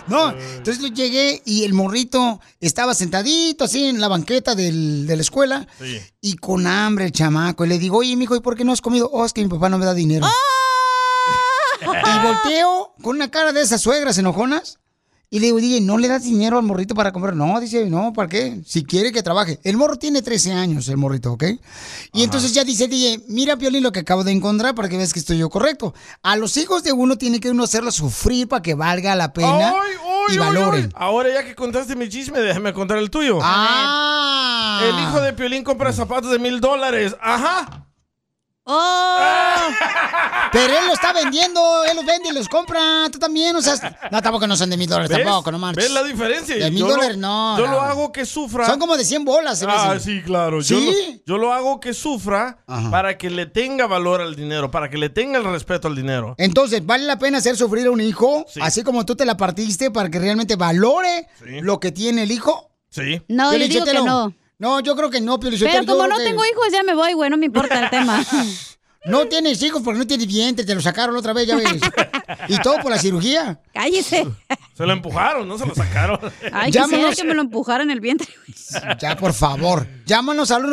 no, entonces yo llegué y el morrito estaba sentadito así en la banqueta del- de la escuela Sí. y con hambre el chamaco. Y le digo, oye, mijo, ¿y por qué no has comido? Oh, es que mi papá no me da ¡Ah! dinero. Y volteo con una cara de esas suegras enojonas y le digo, DJ, ¿no le das dinero al morrito para comprar? No, dice, no, ¿para qué? Si quiere que trabaje. El morro tiene 13 años, el morrito, ¿ok? Y entonces ya dice, DJ, mira, Piolín, lo que acabo de encontrar para que veas que estoy yo correcto. A los hijos de uno tiene que uno hacerlos sufrir para que valga la pena Ay, ay, ay, y valoren. ay. Ahora ya que contaste mi chisme, déjame contar el tuyo. Ah. El hijo de Piolín compra zapatos de mil dólares. Ajá. ¡Oh! Pero él lo está vendiendo, él los vende y los compra, tú también, o sea, no, tampoco no son de mil dólares, ¿Ves? tampoco, no marches. ¿Ves la diferencia? De mil Yo lo- dólares, no. yo no. lo hago que sufra. Son como de 100 bolas, se me Ah, hacen. sí, claro. Yo ¿Sí? lo- Yo, lo, hago que sufra para que le tenga valor al dinero, para que le tenga el respeto al dinero. Entonces, ¿vale la pena hacer sufrir a un hijo? Así como tú te la partiste para que realmente valore lo que tiene el hijo. Sí. No, yo Piolín, digo que Sotelo. no. No, yo creo que no, Pero como no tengo hijos, ya me voy, güey, no me importa el tema. No tienes hijos porque no tienes dientes, te lo sacaron la otra vez, ya ves. y todo por la cirugía. Cállese. Se lo empujaron, no se lo sacaron. Ay, quisiera que me lo empujaran el vientre. Ya, por favor. Llámanos al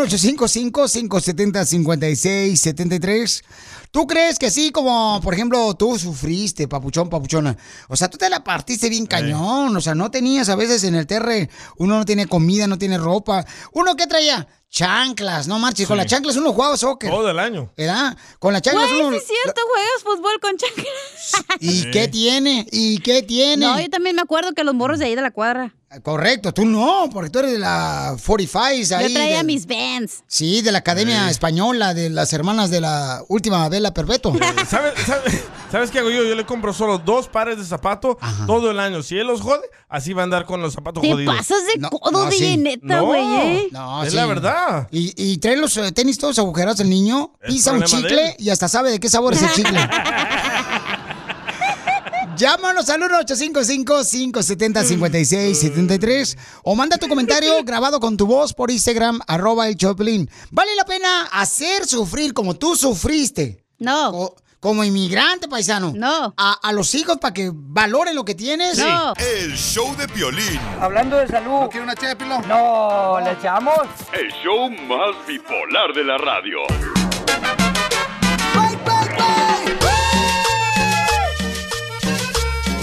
1-855-570-5673. ¿Tú crees que sí, como por ejemplo tú sufriste, papuchón, papuchona? O sea, tú te la partiste bien cañón. O sea, no tenías a veces en el terre, uno no tiene comida, no tiene ropa. ¿Uno qué traía? Chanclas, no marches. Con Sí. las chanclas uno jugaba soccer. Todo el año. ¿Verdad? Con las chanclas Güey, uno. Pues, sí es cierto, juegas fútbol con chanclas. ¿Y qué tiene? ¿Y qué tiene? No, yo también me acuerdo que los morros de ahí de la cuadra. Correcto, tú no, porque tú eres de la 45 ahí. yo traía de- mis Vans. Sí, de la Academia Española, de las hermanas de la última vela perpetua. ¿Sabes, sabes, Eh, sabes qué hago yo? Yo le compro solo dos pares de zapatos todo el año. Si él los jode, así va a andar con los zapatos Te jodidos. pasas de codo, de neta, No, güey, ¿eh? No, es sí. la verdad. Y, y trae los eh, tenis todos agujerados el niño, Es pisa un problema de chicle él. y hasta sabe de qué sabor es el chicle. Llámanos al 1-855-570-5673 o manda tu comentario grabado con tu voz por Instagram, arroba el Choplin. ¿Vale la pena hacer sufrir como tú sufriste? No. como inmigrante, paisano. No. A, a los hijos para que valoren lo que tienes. El show de Piolín. Hablando de salud. ¿No quiere una ché de pilón? No, ¿le echamos? El show más bipolar de la radio.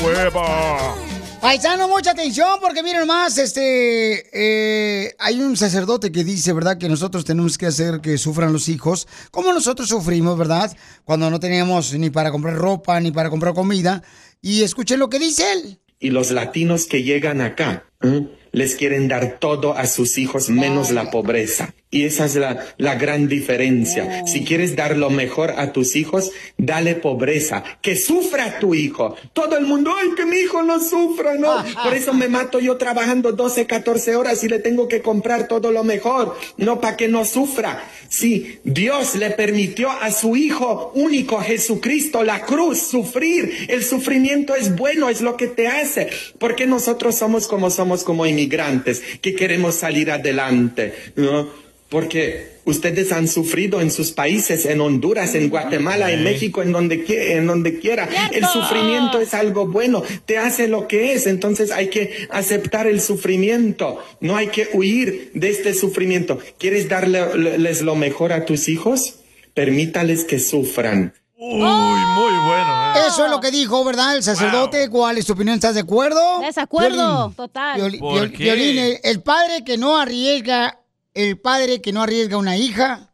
¡Hueva! Paisano, mucha atención porque miren más, este, eh, hay un sacerdote que dice, ¿verdad? Que nosotros tenemos que hacer que sufran los hijos, como nosotros sufrimos, ¿verdad? Cuando no teníamos ni para comprar ropa, ni para comprar comida. Y escuchen lo que dice él. y los latinos que llegan acá ¿eh? les quieren dar todo a sus hijos menos la pobreza. Y esa es la, la gran diferencia. Si quieres dar lo mejor a tus hijos, dale pobreza. Que sufra tu hijo. Todo el mundo, ay, que mi hijo no sufra, no. Por eso me mato yo trabajando 12, 14 horas y le tengo que comprar todo lo mejor. No, para que no sufra. Sí, Dios le permitió a su hijo único, Jesucristo, la cruz, sufrir. El sufrimiento es bueno, es lo que te hace. Porque nosotros somos como somos, como inmigrantes, que queremos salir adelante, ¿no? Porque ustedes han sufrido en sus países, en Honduras, en Guatemala, en México, en donde, quie- en donde quiera. El sufrimiento es algo bueno, te hace lo que es, entonces hay que aceptar el sufrimiento, no hay que huir de este sufrimiento. ¿Quieres darles lo mejor a tus hijos? Permítales que sufran. Uy, muy bueno. ¿eh? Eso es lo que dijo, ¿verdad? El sacerdote, ¿cuál es tu opinión? ¿Estás de acuerdo? Desacuerdo, Violín. total. Violi- ¿Por viol- qué? Violín, el, el padre que no arriesga, el padre que no arriesga una hija,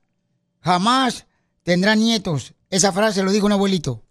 jamás tendrá nietos. Esa frase lo dijo un abuelito.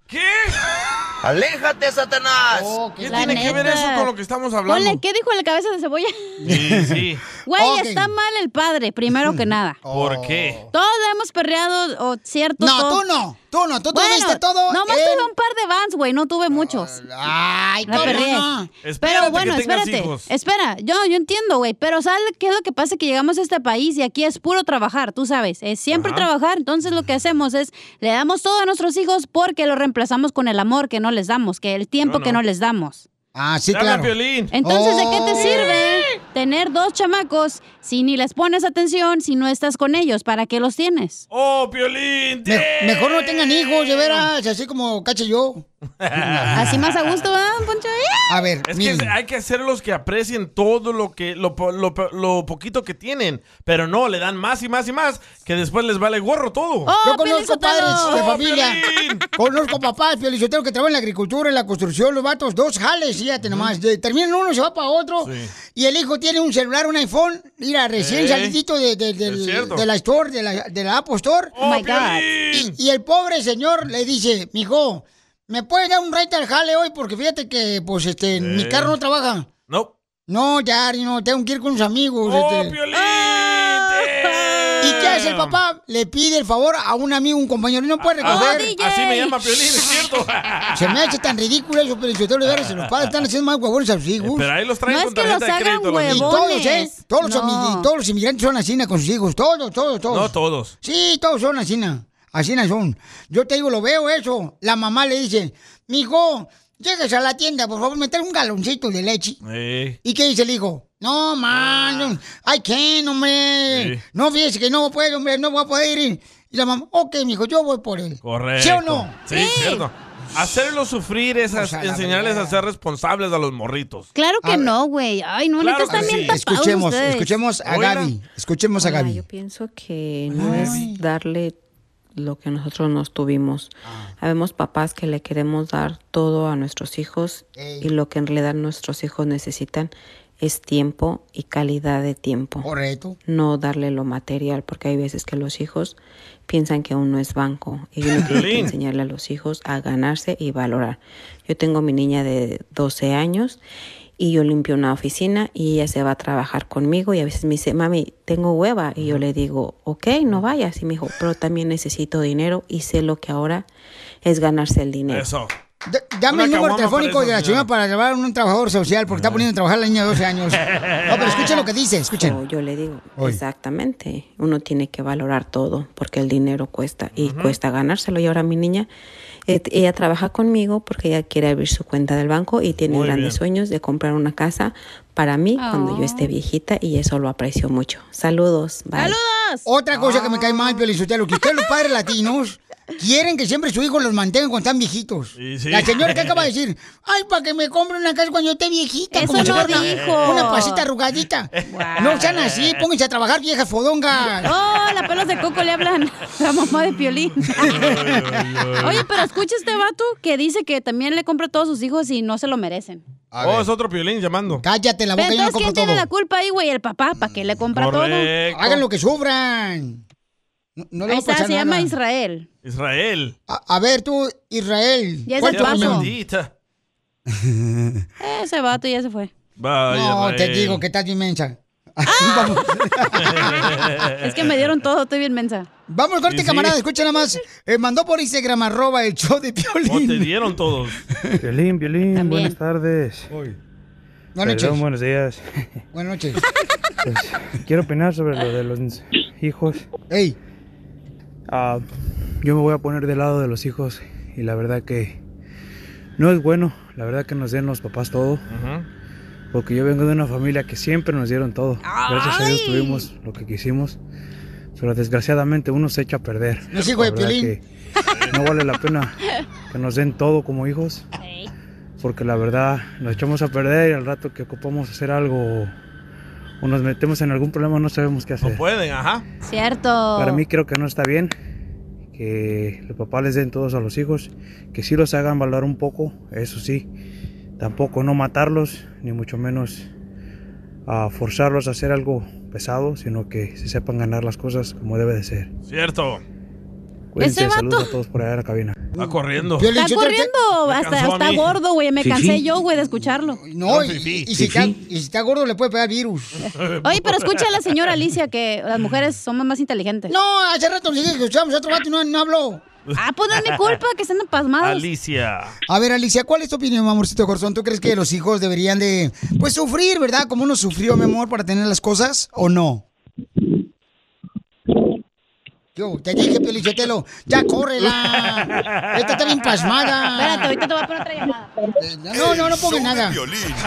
¡Aléjate, Satanás! Oh, ¿Qué tiene que ver eso con lo que estamos hablando? Ponle, ¿qué dijo el cabeza de cebolla? Sí, sí. Güey, está mal el padre, primero que nada. ¿Por qué? Todos hemos perreado, o cierto. No, todo. tú no, tú no, tú Bueno, tuviste todo Nomás en- Ah, tuve un par de vans, güey, no tuve muchos. Oh. Ay, La ¿cómo perré. no? Pero Espérate bueno, que tengas espérate. hijos. Espera, yo, yo entiendo, güey. Pero ¿sabes qué es lo que pasa? Que llegamos a este país y aquí es puro trabajar, tú sabes. Es siempre Ajá. trabajar. Entonces lo que hacemos es le damos todo a nuestros hijos porque lo reemplazamos con el amor que no les damos, que el tiempo No, que no. no les damos. Ah, sí, Dale, claro. Oh. Piolín. Entonces, ¿de qué te sirve tener dos chamacos si ni les pones atención, si no estás con ellos? ¿Para qué los tienes? ¡Oh, Piolín! Me- mejor no tengan hijos, de veras, así como caché yo. Así más a gusto, ¿verdad, Poncho? A ver, Es que miren. hay que hacer los que aprecien todo lo que lo, po- lo po- lo poquito que tienen, pero no le dan más y más y más que después les vale gorro todo. Oh, Yo conozco padres de ¡Oh, familia. Piolín! Conozco papás, piolichoteros que trabajan en la agricultura, en la construcción, los vatos, dos jales, fíjate nomás. de- Terminan uno, se va para otro. Y el hijo tiene un celular, un iPhone. Mira, recién Eh, salidito de, de- del- cierto. de la Store, de la, de la Apple Store. Oh, my God. Piolín. Y, y el pobre señor le dice, mijo, ¿me puedes dar un rate al jale hoy? Porque fíjate que, pues, este, mi carro no trabaja. Eh. No. Oh, No, ya, no, tengo que ir con unos amigos. este". ¡Ah, ¡Oh, Piolín! ¿Y qué veces el papá le pide el favor a un amigo, un compañero, y no Oh, puede recoger. Ah, Así me llama Piolín, es cierto. Se me hace tan ridículo eso, pero yo te lo digo, los padres están haciendo más huevones a sus hijos. Eh, Pero ahí los traen No con es que tarjeta los de hagan crédito, los niños. Y todos, ¿eh? huevones. Todos, los, No. ami- y todos los inmigrantes son así con sus hijos. Todos, todos, todos. No todos. Sí, todos son así. Así son. Yo te digo, lo veo eso. La mamá le dice, mijo, llegues a la tienda, por favor, me traes un galoncito de leche. Eh. ¿Y qué dice el hijo? No, man, no. ay, ¿qué, no, hombre? Sí. No, fíjese que no puedo, hombre, no voy a poder ir. Y la mamá, ok, mijo, yo voy por él. Correcto. ¿Sí o no? Sí, cierto. Hacerlos sufrir es sea, la enseñarles a ser responsables a los morritos. Claro que A ver. no, güey. Ay, no, neta, están bien tapados Escuchemos, ustedes. escuchemos a Oigan. Gaby. Escuchemos a Hola, Gaby. Yo pienso que no es darle lo que nosotros nos tuvimos. Ah. Habemos papás que le queremos dar todo a nuestros hijos y lo que en realidad nuestros hijos necesitan es tiempo y calidad de tiempo. Correcto. No darle lo material, porque hay veces que los hijos piensan que uno es banco y uno tiene que Piolín. enseñarle a los hijos a ganarse y valorar. Yo tengo mi niña de 12 años y yo limpio una oficina y ella se va a trabajar conmigo y a veces me dice, mami, tengo hueva. Y yo le digo, ok, no vayas. Y me dijo, pero también necesito dinero y sé lo que ahora es ganarse el dinero. Eso. D- Dame Una el número caguama telefónico para de la esa señora para llevar a un trabajador social porque está poniendo a trabajar a la niña de 12 años. No, pero escuchen lo que dice, escuchen. yo le digo, Oy. exactamente, uno tiene que valorar todo porque el dinero cuesta y cuesta ganárselo. Y ahora mi niña, eh, ella trabaja conmigo porque ella quiere abrir su cuenta del banco y tiene Muy grandes bien. sueños de comprar una casa para mí cuando yo Ah. esté viejita y eso lo aprecio mucho. Saludos, bye. Otra cosa que me cae Ah. mal, Pelizotelo, que ustedes los padres latinos quieren que siempre sus hijos los mantengan cuando están viejitos. Y sí. La señora que acaba de decir, ay, para que me compre una casa cuando yo esté viejita. Eso como si no fuera una- dijo. Una pasita arrugadita. No sean así, pónganse a trabajar, viejas fodongas. Oh, la pelos de coco le hablan la mamá de Piolín. Oye, pero escucha este vato que dice que también le compra a todos sus hijos y no se lo merecen. Oh, es otro Piolín llamando. Cállate Pero entonces, ¿quién tiene la culpa ahí, güey? El papá, ¿para qué le compra Correcto. todo? Hagan lo que sufran. No, no le ahí va a está, pasar se llama nada. Israel. Israel. A, a ver tú, Israel. Ya es ¿cuál el tu paso. opinión? Maldita. Ese vato ya se fue. Vaya, no, te Israel. digo que estás bien mensa. Es que me dieron todo, estoy bien mensa. Vamos con este Sí, sí. camarada, escucha nada más. Eh, mandó por Instagram arroba el show de Piolín. Te dieron todos. Violín, Violín, buenas tardes. Buenas Perdón, noches. buenos días. Buenas noches. Pues, quiero opinar sobre lo de los hijos. Ah, Ey. yo me voy a poner del lado de los hijos y la verdad que no es bueno, la verdad que nos den los papás todo. Porque yo vengo de una familia que siempre nos dieron todo. Gracias a Dios tuvimos lo que quisimos. Pero desgraciadamente uno se echa a perder. No es hijo de La verdad Piolín. que No vale la pena que nos den todo como hijos. Porque la verdad nos echamos a perder y al rato que ocupamos hacer algo o nos metemos en algún problema no sabemos qué hacer. Pueden, ajá. Cierto. Para mí creo que no está bien que los papás les den todos a los hijos, que sí los hagan valorar un poco, eso sí, tampoco no matarlos, ni mucho menos a forzarlos a hacer algo pesado, sino que se sepan ganar las cosas como debe de ser. Cierto. Cuídense, Ese vato- saludos a todos por allá en la cabina. Va corriendo. Está corriendo, Me hasta, cansó a hasta mí. gordo, güey. Me Fifí. cansé yo, güey, de escucharlo. No, y, y- y si está, y si está gordo le puede pegar virus. Oye, pero escucha a la señora Alicia que las mujeres somos más inteligentes. No, hace rato nos dije que escuchamos otro vato y no, no habló. Ah, pues no es mi culpa que estén pasmados. Alicia. A ver, Alicia, ¿cuál es tu opinión, amorcito de corazón? ¿Tú crees que los hijos deberían de, pues, sufrir, verdad? Como uno sufrió, mi amor, para tener las cosas, ¿o no? Yo, te dije, Pelichotelo, ya córrela. Esta está bien pasmada. Espérate, ahorita te voy a poner otra llamada. No, no, no ponga nada.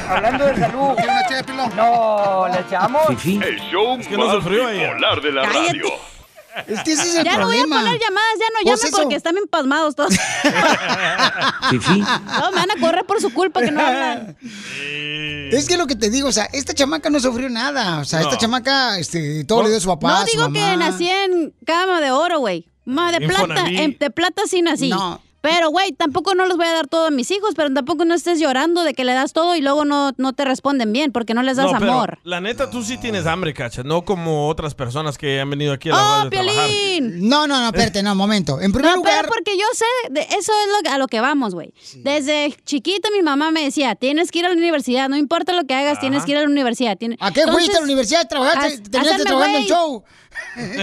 Hablando de salud, ¿quiere una ché, pilón? No, ¿le echamos? El show que no más sufrió ella. bipolar de la Cállate. radio. Es que ese es ya el no voy a problema. poner llamadas, ya no Pues llamen eso. porque están bien pasmados todos. Fifí. No, me van a correr por su culpa que no hablan. Eh. Es que lo que te digo, o sea, esta chamaca no sufrió nada. O sea, esta No. chamaca, este, todo Oh, le dio a su papá. No a su digo que mamá. nací en cama de oro, güey. Más de plata, Infonavit. en- de plata sí nací. No. Pero, güey, tampoco no les voy a dar todo a mis hijos, pero tampoco no estés llorando de que le das todo y luego no, no te responden bien porque no les das No, pero amor. La neta, tú sí tienes hambre, cacha. No como otras personas que han venido aquí a la ¡Oh, radio a trabajar. Piolín! No, no, no, espérate, no, momento. En primer No, lugar, pero porque yo sé, de- eso es lo, que- a lo que vamos, güey. Desde chiquita mi mamá me decía, tienes que ir a la universidad, no importa lo que hagas, tienes que ir a la universidad. Tiene- ¿a qué fuiste a la universidad? haz- Trabajaste, terminaste hacerme trabajando en güey. show.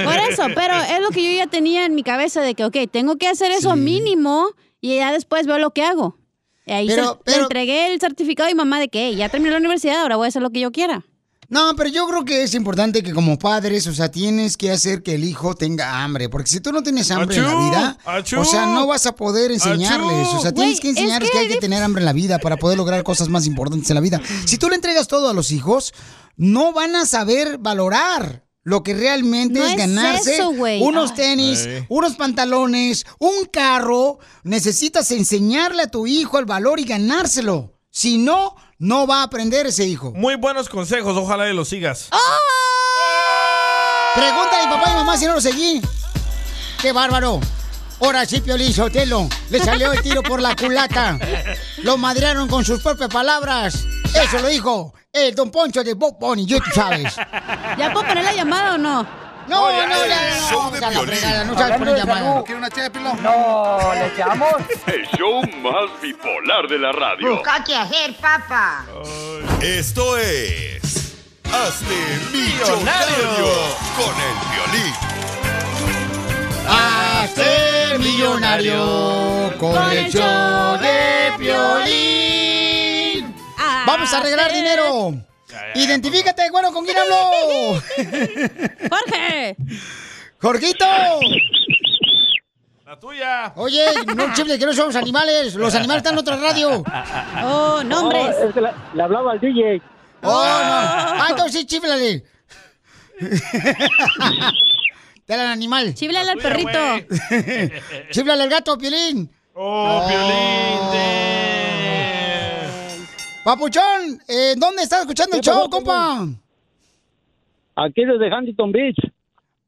Por eso, pero es lo que yo ya tenía en mi cabeza de que, ok, tengo que hacer eso mínimo y ya después veo lo que hago. Y ahí Pero- se- le pero- entregué el certificado y mamá de que "Hey, ya terminé la universidad, ahora voy a hacer lo que yo quiera. No, pero yo creo que es importante que como padres, o sea, tienes que hacer que el hijo tenga hambre, porque si tú no tienes hambre en la Achú, vida, achú, o sea, no vas a poder enseñarles, o sea, achú. Güey, tienes que es enseñarles que que hay que tener hambre en la vida para poder lograr cosas más importantes en la vida. Si tú le entregas todo a los hijos, no van a saber valorar. Lo que realmente No es es ganarse eso, güey. unos Ay. tenis, Ey. unos pantalones, un carro. Necesitas enseñarle a tu hijo el valor y ganárselo. Si no, no va a aprender ese hijo. Muy buenos consejos, ojalá y los sigas. Pregúntale a ¡Oh! mi papá y mamá si no lo seguí. ¡Qué bárbaro! Ahora sí, Piolín Sotelo, le salió el tiro por la culata. Lo madrearon con sus propias palabras. Eso lo dijo el Don Poncho de Bob Bunny, yo tú sabes. ¿Ya puedo poner la llamada o no? No, Oye, no, el ya, no, show vamos de a la Piolín. fregada, no sabes poner Hablando de llamada. salud, ¿Quiere una No, ¿le echamos? El show más bipolar de la radio. qué hacer, papá. Esto es. Hazte millonario con Hazte millonario con el show de Piolín. Ah, eh. Vamos a regalar dinero. Identifícate, bueno, ¿con quién hablo? Jorge. Jorgito. La tuya. Oye, no chifle, que no somos animales. Los animales están en otra radio. Oh, nombres. es que le hablaba al DJ. Oh, no. Ah, entonces sí, chiflale. Dale al animal. Chíblale al perrito. Chíblale al gato, Piolín. Oh, Piolín. Papuchón, eh, ¿dónde estás escuchando el ¿Qué pasó, show, compa? Aquí desde Huntington Beach.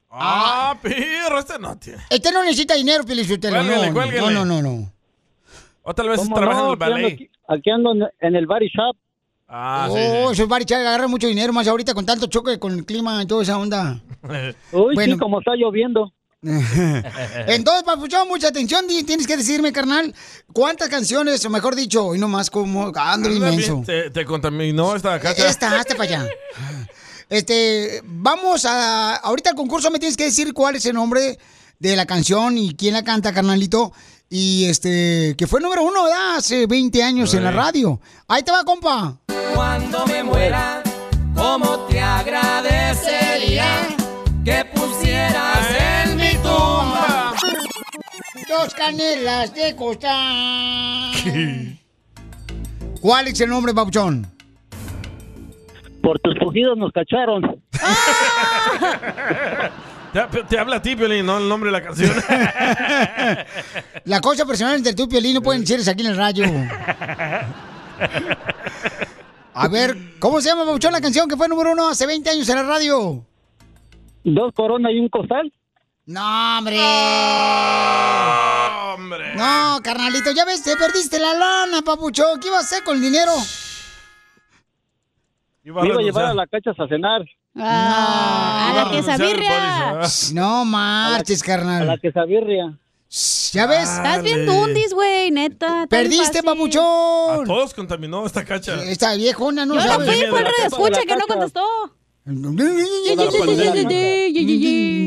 Ah, pirro, este no tiene. Este no necesita dinero, Pilisutelo. Cuélguele, No, cuélguele. no, no, no, no. O tal vez ¿Cómo trabaja en no? el Aquí ando ballet. aquí- Aquí ando en- en el body shop. Ah, sí, oh, sí. esos barichas agarran mucho dinero, más ahorita con tanto choque con el clima y toda esa onda. Uy, Bueno. sí, como está lloviendo. Entonces, Papuchón, mucha atención. di- Tienes que decirme, carnal, cuántas canciones, o mejor dicho, hoy nomás como ah, ando Anda bien, inmenso. Te, te contaminó esta cacha. Esta, hasta para allá. Este, vamos a. Ahorita el concurso me tienes que decir cuál es el nombre de la canción y quién la canta, carnalito. Y este, que fue número uno, ¿verdad? Hace 20 años en la Ey. radio. Ahí te va, compa. Cuando me muera, ¿cómo te agradecería que pusieras Eh. en mi tumba? Dos canelas de costa. ¿Cuál es el nombre, Papuchón? Por tus pujidos nos cacharon. Te, te habla a ti, Piolín, no el nombre de la canción. La cosa personal entre tú y Piolín no pueden decirse aquí en el rayo. A ver, ¿cómo se llama, Papuchón, la canción que fue número uno hace 20 años en la radio? Dos coronas y un costal. No, hombre. No, carnalito, ya ves, te perdiste la lana, papuchón. ¿Qué iba a hacer con el dinero? Me iba a llevar a las cachas a cenar. Ah, a la quesabirria. No marches, carnal. A la quesabirria. Ya ves. Estás bien tundis, güey, neta. tan fácil. Perdiste, A papuchón. todos contaminó esta cacha. Esta viejona no Yo no sabe. fui, fue el radio escucha que no contestó.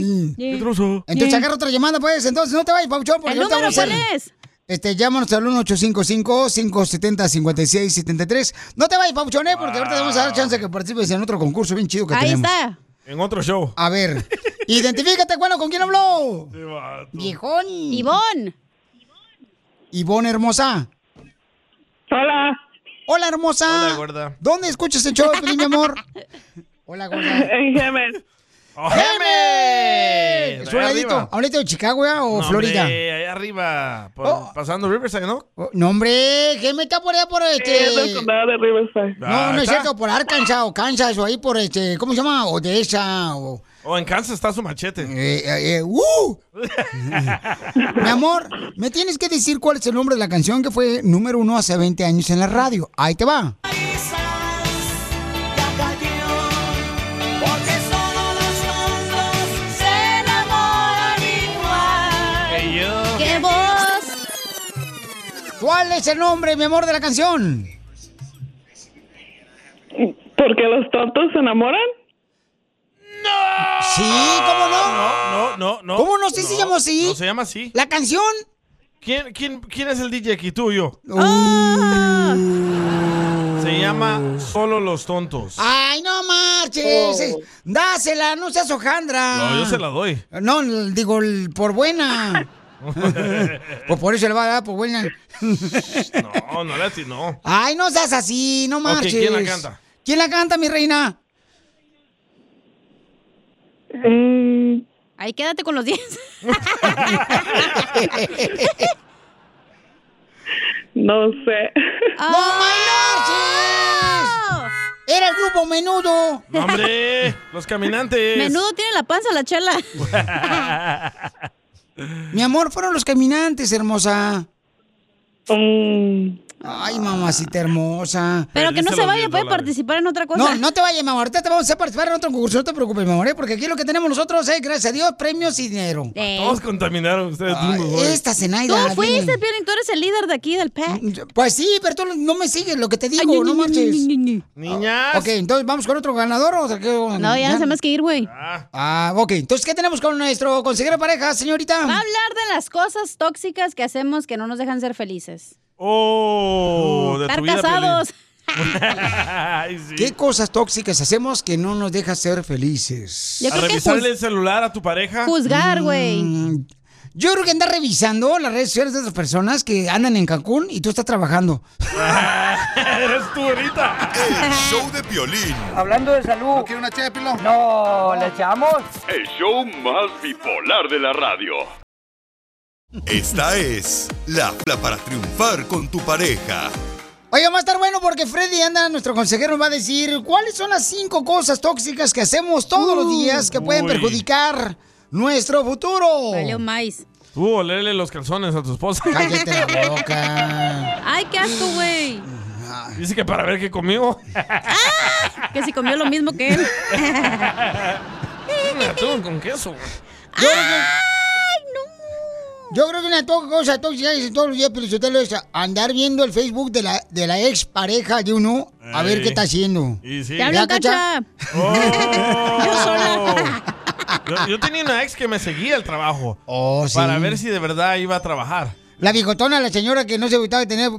Entonces agarra otra llamada, pues. Entonces no te vayas, papuchón. Porque ¿El ahorita número vamos a hacer- cuál es? Este, llámanos al 1-855-570-5673. No te vayas, papuchón, eh, porque ahorita te vamos a dar chance de que participes en otro concurso bien chido que Ahí tenemos. está. En otro show. A ver, identifícate, bueno, ¿con quién habló? Viejón. Ivón. Ivón hermosa. Hola. Hola, hermosa. Hola, gorda. ¿Dónde escuchas el show, Piolín, mi amor? Hola, gorda. En Gemes. ¡Gemes! ¿Es un Allá ladito? arriba. ¿A un ladito de Chicago ya, o No, Florida? hombre, allá arriba, por- Oh. pasando Riverside, ¿no? No, hombre, Gemes está por allá por Eh, este... de Riverside. Ah, No, no es cierto, por Arkansas o Kansas o ahí por este, ¿cómo se llama? Odessa o O en Kansas está su machete. eh, eh, ¡uh! Mi amor, me tienes que decir cuál es el nombre de la canción que fue número uno hace 20 años en la radio. Ahí te va. Porque solo los hombres se enamoran igual que yo. ¿Qué vos? ¿Cuál es el nombre, mi amor, de la canción? ¿Porque los tontos se enamoran? Sí, ¿cómo no? No, no, no. ¿Cómo no? Sí se llama así. No se llama así. ¿La canción? Uh. ¿Quién, quién, quién es el DJ aquí? ¿Tú o yo? Se llama Solo los Tontos. Ay, no marches. Oh. Dásela, no seas hojandra. No, yo se la doy. No, l- digo, l- por buena. pues por eso le va a dar por buena. No, no le no. Ay, no seas así, no Ok, marches. ¿quién la canta? ¿Quién la canta, mi reina? Mm, Mm. Ahí quédate con los 10. No sé. Ah, ¡No marches! Era el grupo Menudo. No, hombre, los caminantes. Menudo tiene la panza la chela. Mi amor, fueron los caminantes, hermosa. Ay, mamacita hermosa. Mm. Pero que no se vaya, puede participar en otra cosa. No, no te vayas, mamá. Ahorita te vamos a participar en otro concurso. No te preocupes, mi amor, ¿eh? porque aquí lo que tenemos nosotros es, gracias a Dios, premios y dinero. Todos contaminaron ustedes mismos, güey. Ah, Esta Zenaida. Tú fuiste, Piolín, tú eres el líder de aquí del pack. Pues sí, pero tú no me sigues lo que te digo, no marches. Niñas. Ok, entonces vamos con otro ganador o sea, ¿qué? No, ya no se me hace que ir, güey. Ah, ok. Entonces, ¿qué tenemos con nuestro consejero de pareja, señorita? Va a hablar de las cosas tóxicas que hacemos que no nos dejan ser felices. Oh, de tu Estar vida, casados. ¿Qué cosas tóxicas hacemos que no nos deja ser felices? Pelín. A revisarle el celular a tu pareja. güey. Yo creo que andar revisando las redes sociales de otras personas que andan en Cancún y tú estás trabajando. Eres tú ahorita. El show de violín. Hablando de salud. ¿No quiere una ché de pilón? No, ¿le echamos? El show más bipolar de la radio. Esta es la habla para triunfar con tu pareja. Oiga, va a estar bueno porque Freddy anda, nuestro consejero, nos va a decir cuáles son las cinco cosas tóxicas que hacemos todos los días que pueden Uh, Uy. perjudicar nuestro futuro. Valió maíz. Tú, olerle los calzones a tu esposa. Cállate la boca. Ay, qué asco, güey. Dice que para ver qué comió. Que si comió lo mismo que él. Me atún con queso. Yo creo que- Ah. Yo creo que una to- cosa tóxica que todos los días, pero Sotelo, es andar viendo el Facebook de la, de la ex pareja de uno a ver Ey. qué está haciendo. Y sí. ¿Ya hablan, Cacha? yo Yo, yo tenía una ex que me seguía el trabajo. Oh, sí. Para ver si de verdad iba a trabajar. La bigotona, la señora que no se gustaba de tener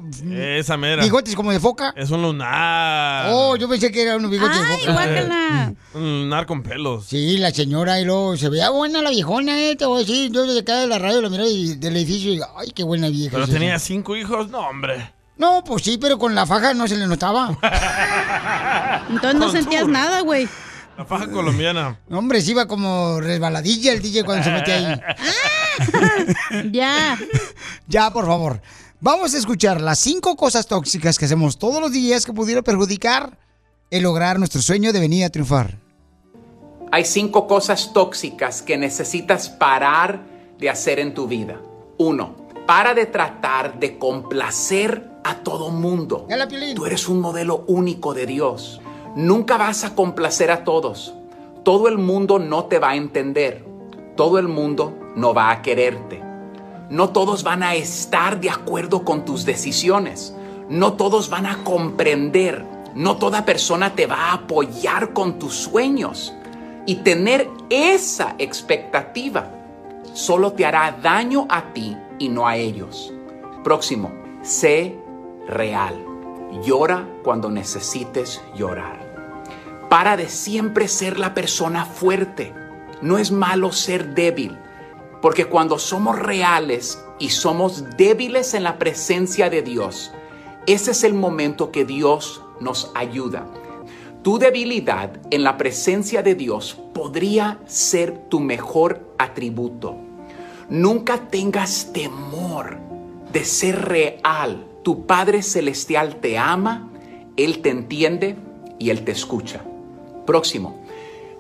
Esa mera. Mm. bigotes como de foca. Es un lunar. Oh, yo pensé que era unos bigotes de foca. Un lunar con pelos. Sí, la señora y luego se veía buena la viejona, eh, te voy a decir. Yo desde acá de la radio la miré y del edificio y digo, ay, qué buena vieja. Pero es esa". tenía cinco hijos. No, hombre. No, pues sí, pero con la faja no se le notaba. Entonces no sentías nada, güey. La faja colombiana. No, Hombre, sí iba como resbaladilla el DJ cuando se metía ahí. ya. Ya, por favor. Vamos a escuchar las cinco cosas tóxicas que hacemos todos los días que pudiera perjudicar el lograr nuestro sueño de venir a triunfar. Hay cinco cosas tóxicas que necesitas parar de hacer en tu vida. Uno, para de tratar de complacer a todo mundo. Tú eres un modelo único de Dios. Nunca vas a complacer a todos. Todo el mundo no te va a entender. Todo el mundo no va a quererte. No todos van a estar de acuerdo con tus decisiones. No todos van a comprender. No toda persona te va a apoyar con tus sueños. Y tener esa expectativa solo te hará daño a ti y no a ellos. Próximo, sé real. Llora cuando necesites llorar. Para de siempre ser la persona fuerte. No es malo ser débil. Porque cuando somos reales y somos débiles en la presencia de Dios, ese es el momento que Dios nos ayuda. Tu debilidad en la presencia de Dios podría ser tu mejor atributo. Nunca tengas temor de ser real. Tu Padre Celestial te ama, Él te entiende y Él te escucha. Próximo,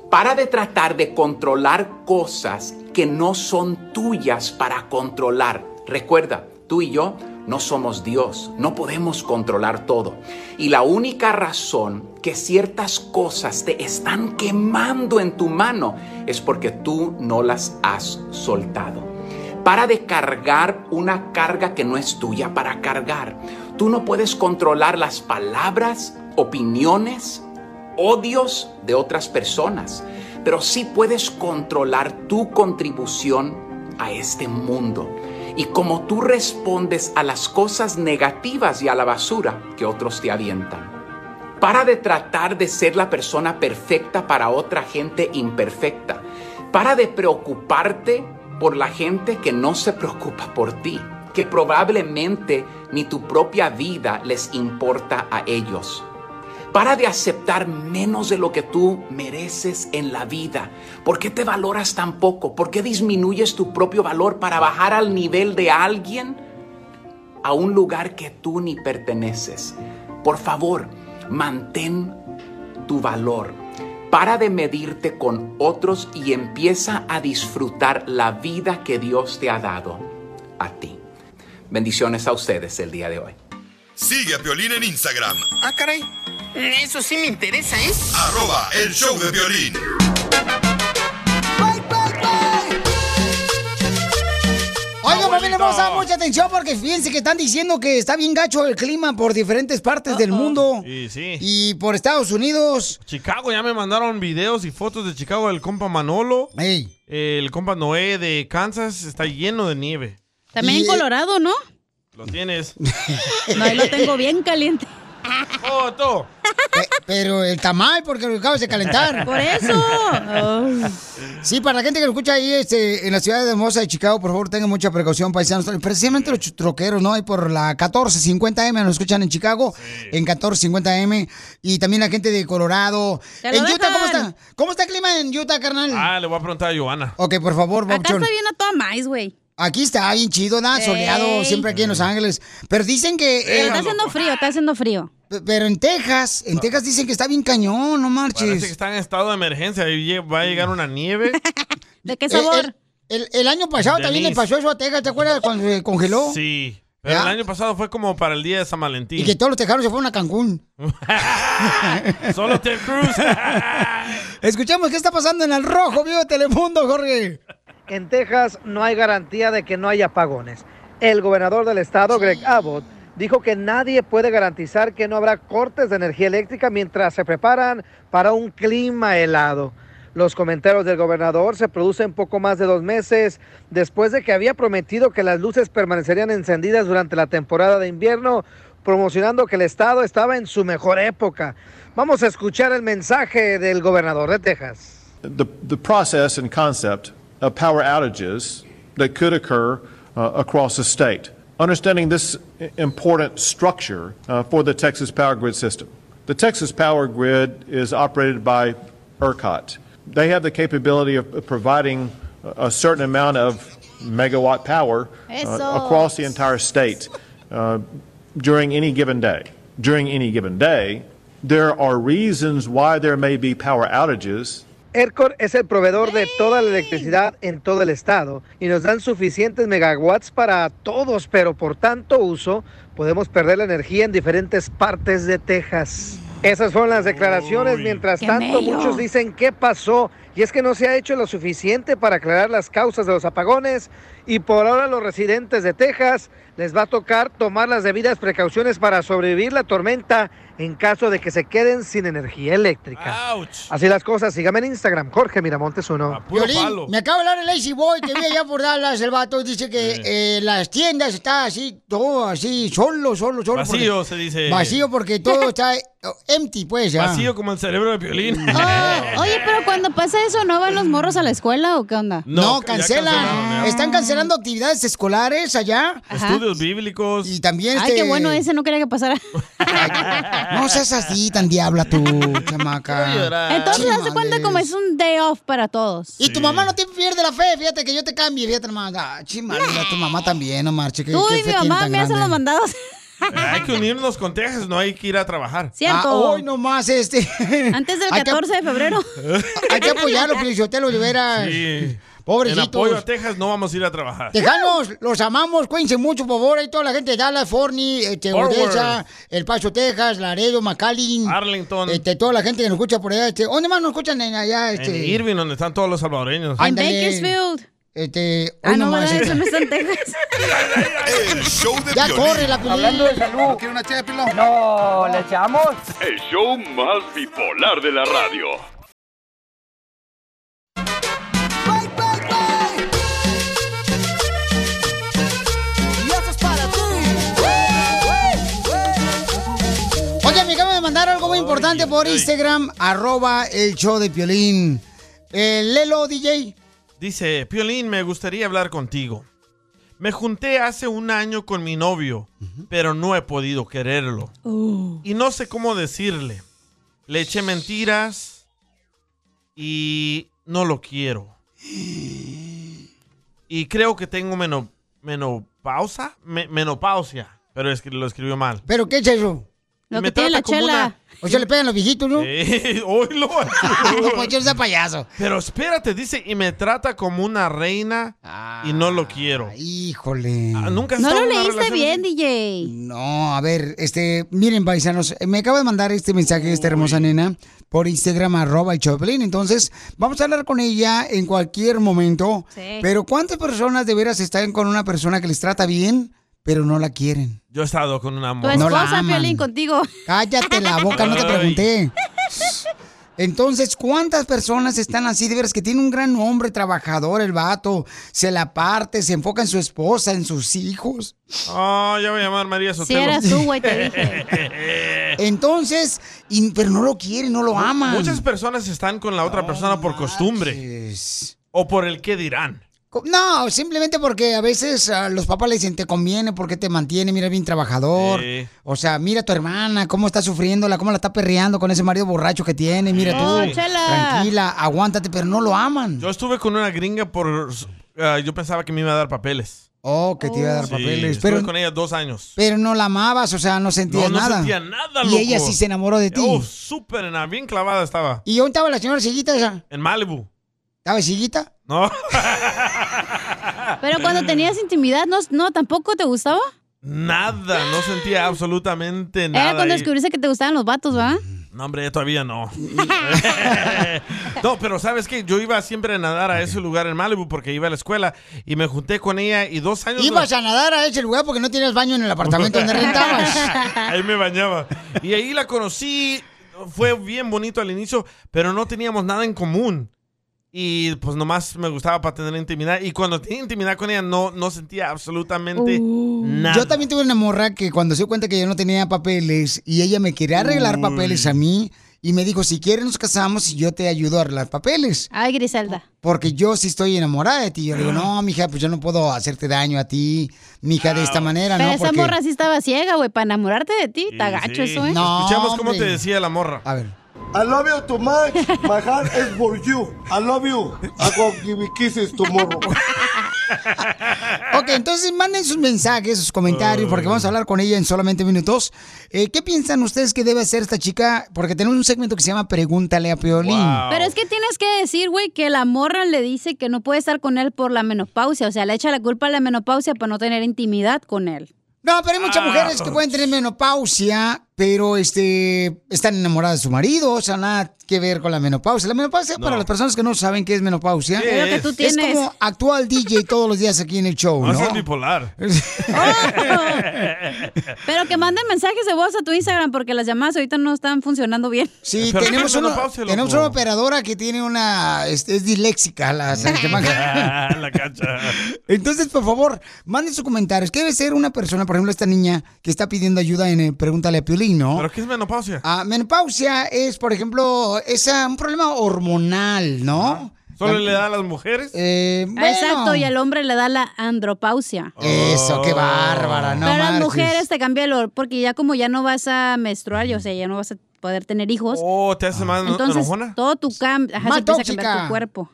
para de tratar de controlar cosas que no son tuyas para controlar. Recuerda, tú y yo no somos Dios, no podemos controlar todo. Y la única razón que ciertas cosas te están quemando en tu mano es porque tú no las has soltado. Para de cargar una carga que no es tuya para cargar. Tú no puedes controlar las palabras, opiniones, odios de otras personas, pero sí puedes controlar tu contribución a este mundo y cómo tú respondes a las cosas negativas y a la basura que otros te avientan. Para de tratar de ser la persona perfecta para otra gente imperfecta. Para de preocuparte por la gente que no se preocupa por ti, que probablemente ni tu propia vida les importa a ellos. Para de aceptar menos de lo que tú mereces en la vida. ¿Por qué te valoras tan poco? ¿Por qué disminuyes tu propio valor para bajar al nivel de alguien a un lugar que tú ni perteneces? Por favor, mantén tu valor. Para de medirte con otros y empieza a disfrutar la vida que Dios te ha dado a ti. Bendiciones a ustedes el día de hoy. Sigue a Violín en Instagram. Ah, caray. Mm, Eso sí me interesa, ¿eh? Arroba el show de violín. Oiga, familia hermosa, mucha atención porque fíjense que están diciendo que está bien gacho el clima por diferentes partes del mundo Y Ah, sí. y por Estados Unidos. Chicago, ya me mandaron videos y fotos de Chicago del compa Manolo. El compa Noé de Kansas está lleno de nieve. También eh, en Colorado, ¿no? Lo tienes. No, ahí lo tengo bien caliente. ¡Foto! Pero el tamal, porque lo acabas de calentar. Por eso. Sí, para la gente que lo escucha ahí este, en la ciudad de hermosa de Chicago, por favor, tengan mucha precaución, paisanos. Precisamente los ch- troqueros, ¿no? Ahí por la 1450M nos escuchan en Chicago, en 1450M. Y también la gente de Colorado. Te lo En Utah, ¿cómo dejan. está? ¿Cómo está el clima en Utah, carnal? Ah, le voy a preguntar a Giovanna. Ok, por favor, Acá Bobchón. está bien a toda maíz, güey. Aquí está bien chido, nada, Sí. soleado, siempre aquí en Los Ángeles. Pero dicen que. Pero eh, está haciendo frío, está haciendo frío. pe- Pero en Texas, en Texas dicen que está bien cañón, no Parece que marches. está en estado de emergencia. Ahí lle- Va a llegar una nieve. ¿De qué sabor? El, el- el año pasado De también le anís. pasó eso a Texas, ¿te acuerdas cuando se congeló? Sí. Pero Ya. el año pasado fue como para el día de San Valentín. Y que todos los tejanos se fueron a Cancún. Solo Ted Cruz. Escuchemos qué está pasando en el rojo, vivo de Telemundo, Jorge. En Texas no hay garantía de que no haya apagones. El gobernador del estado, Greg Abbott, dijo que nadie puede garantizar que no habrá cortes de energía eléctrica mientras se preparan para un clima helado. Los comentarios del gobernador se producen poco más de dos meses después de que había prometido que las luces permanecerían encendidas durante la temporada de invierno, promocionando que el estado estaba en su mejor época. Vamos a escuchar el mensaje del gobernador de Texas. the, the process and concept of power outages that could occur uh, across the state. Understanding this i- important structure uh, for the Texas power grid system. The Texas power grid is operated by ERCOT. They have the capability of providing a a certain amount of megawatt power uh, Eso. across the entire state uh, during any given day. During any given day, there are reasons why there may be power outages ERCOT es el proveedor de toda la electricidad en todo el estado y nos dan suficientes megawatts para todos, pero por tanto uso podemos perder la energía en diferentes partes de Texas. Esas fueron las declaraciones. Mientras qué tanto, mello. muchos dicen qué pasó y es que no se ha hecho lo suficiente para aclarar las causas de los apagones y por ahora los residentes de Texas les va a tocar tomar las debidas precauciones para sobrevivir la tormenta en caso de que se queden sin energía eléctrica. Así las cosas, sígame en Instagram, Jorge Miramontes uno. Violín, me acaba de hablar el Lazy Boy que vi allá por Dallas, el vato, y dice que eh, las tiendas está así, todo así, solo, solo, solo. porque- Vacío, se dice. Vacío porque todo está eh, empty, pues ya. Vacío como el cerebro de violín. Oye, pero cuando pasa eso, ¿no van los morros a la escuela o qué onda? No, ya cancelan. cancelaron, ya. Están cancelando actividades escolares allá. Estudios bíblicos. Y también Ay, qué este- bueno ese, no quería que pasara. No seas así tan diabla tú, chamaca. Entonces, hace cuenta como es un day off para todos. Y tu mamá no te pierde la fe, fíjate que yo te cambie, fíjate nomás. Ah, chimala, tu mamá también, no marche. Tú y mi mamá me hacen los mandados. Hay que unirnos con Texas, no hay que ir a trabajar. Ah, hoy nomás, este. Antes del Hay que- 14 de febrero. Hay que apoyarlo, Felicitelo, de veras. Sí. Pobrecitos. En apoyo a Texas no vamos a ir a trabajar. Tejanos, los amamos, cuídense mucho, por favor. Ahí toda la gente de Dallas, Forney, este, Forward. Odessa, El Paso, Texas, Laredo, McAllen. Arlington. Este, toda la gente que nos escucha por allá. Este, ¿Dónde más nos escuchan en allá? En Este, Irving, donde están todos los salvadoreños. Ándale. Este, Ah, hoy no, nomás, ¿verdad? Eso este. no está en El show de Ya Piolín. corre la Piolín. Hablando de salud. ¿No quiere una ché de pilón? No, ¿le echamos? El show más bipolar de la radio. Y eso es para ti. Oye, me acaban de mandar algo muy importante por Instagram, arroba el show de Piolín. Eh, Lelo, DJ. Dice, Piolín, me gustaría hablar contigo. Me junté hace un año con mi novio, pero no he podido quererlo. Y no sé cómo decirle. Le eché mentiras y no lo quiero. Y creo que tengo meno- menopausa, me- menopausia, pero es que lo escribió mal. ¿Pero qué es eso? Lo que Me tiene trata la como chela. una- O sea, le pegan los viejitos, ¿no? Eh, oílo. no, pues yo sea payaso. Pero espérate, dice, y me trata como una reina y no lo quiero. Ah, Ah, Híjole. Nunca has No estado lo en una leíste relación bien, así? DJ. No, a ver, este, miren, paisanos, eh, me acaba de mandar este mensaje esta hermosa nena por Instagram, arroba el Choplin. Entonces, vamos a hablar con ella en cualquier momento. Sí. Pero, ¿cuántas personas de veras están con una persona que les trata bien, pero no la quieren? Yo he estado con una Tu mujer. No la esposa, aman. Piolín, contigo. Cállate la boca, no te Ay. pregunté. Entonces, ¿cuántas personas están así de veras que tiene un gran hombre trabajador, el vato? Se la parte, se enfoca en su esposa, en sus hijos. Oh, ya voy a llamar María Sotelo. eras tú, güey, te Entonces, y- pero no lo quieren, no lo aman. Muchas personas están con la otra persona por costumbre. O por el qué dirán. Co- No, simplemente porque a veces a los papás le dicen, te conviene porque te mantiene, mira bien trabajador. Sí. O sea, mira a tu hermana, cómo está sufriéndola, cómo la está perreando con ese marido borracho que tiene, mira No, tú. chela. Tranquila, aguántate, pero no lo aman. Yo estuve con una gringa por... ah, yo pensaba que me iba a dar papeles. Oh, que te iba a dar Sí, papeles. Estuve Pero, con ella dos años. pero no la amabas, o sea, no sentías No, no nada. sentía nada, y loco. ella sí se enamoró de ti. Oh, súper nena, bien clavada estaba. ¿Y dónde estaba la señora Siguita esa? En Malibu. ¿Estaba Siguita? No. Pero cuando tenías intimidad, ¿no, no tampoco te gustaba? Nada, no sentía absolutamente nada. Era cuando ahí. descubriste que te gustaban los vatos, ¿va? No, hombre, todavía no. no, pero ¿sabes qué? Yo iba siempre a nadar a ese lugar en Malibu porque iba a la escuela y me junté con ella y dos años... Ibas a nadar a ese lugar porque no tenías baño en el apartamento donde rentabas. Ahí me bañaba. Y ahí la conocí. Fue bien bonito al inicio, pero no teníamos nada en común. Y pues nomás me gustaba para tener intimidad. Y cuando tenía intimidad con ella, no, no sentía absolutamente nada. Uh. Yo también tuve una morra que cuando se dio cuenta que yo no tenía papeles y ella me quería arreglar Uy. papeles a mí y me dijo, si quieres nos casamos y yo te ayudo a arreglar papeles. Ay, Griselda. Porque yo sí estoy enamorada de ti. Yo le Ah. digo, no, mija, pues yo no puedo hacerte daño a ti, mija, de esta manera, Pero ¿no? esa Porque... morra sí estaba ciega, güey, para enamorarte de ti. Está gacho eso, ¿eh? No, Escuchamos cómo hombre. te decía la morra. A ver. I love you too much. My heart is for you. I love you. I go give you kisses tomorrow. Ok, entonces manden sus mensajes, sus comentarios, porque vamos a hablar con ella en solamente minutos. Eh, ¿Qué piensan ustedes que debe hacer esta chica? Porque tenemos un segmento que se llama Pregúntale a Piolín. Pero es que tienes que decir, güey, que la morra le dice que no puede estar con él por la menopausia. O sea, le echa la culpa a la menopausia por no tener intimidad con él. No, pero hay muchas mujeres que pueden tener menopausia, pero este están enamoradas de su marido, o sea, nada que ver con la menopausia. La menopausia, para las personas que no saben qué es menopausia, ¿Qué Es lo que tú es tienes. como actual DJ todos los días aquí en el show, No, ¿no? eso es bipolar. Pero que manden mensajes de voz a tu Instagram porque las llamadas ahorita no están funcionando bien. Sí, tenemos una, tenemos una operadora que tiene una. Es, es disléxica, la se llama. Ah, la cacha. Entonces, por favor, manden sus comentarios. ¿Qué debe ser una persona, por ejemplo, esta niña que está pidiendo ayuda en el Pregúntale a Piolín, ¿no? ¿Pero qué es menopausia? Ah, menopausia es, por ejemplo, es ah, un problema hormonal, ¿no? ¿Solo La- le da a las mujeres? Eh, Ah, bueno. Eh, Exacto, y al hombre le da la andropausia. Oh. Eso, qué bárbara, no Pero a las marches. mujeres te cambia el olor porque ya como ya no vas a menstruar, y, o sea, ya no vas a poder tener hijos. Oh, te hace más Entonces, enojona. todo tu cambio, Más se empieza a cambiar tóxica. tu cuerpo.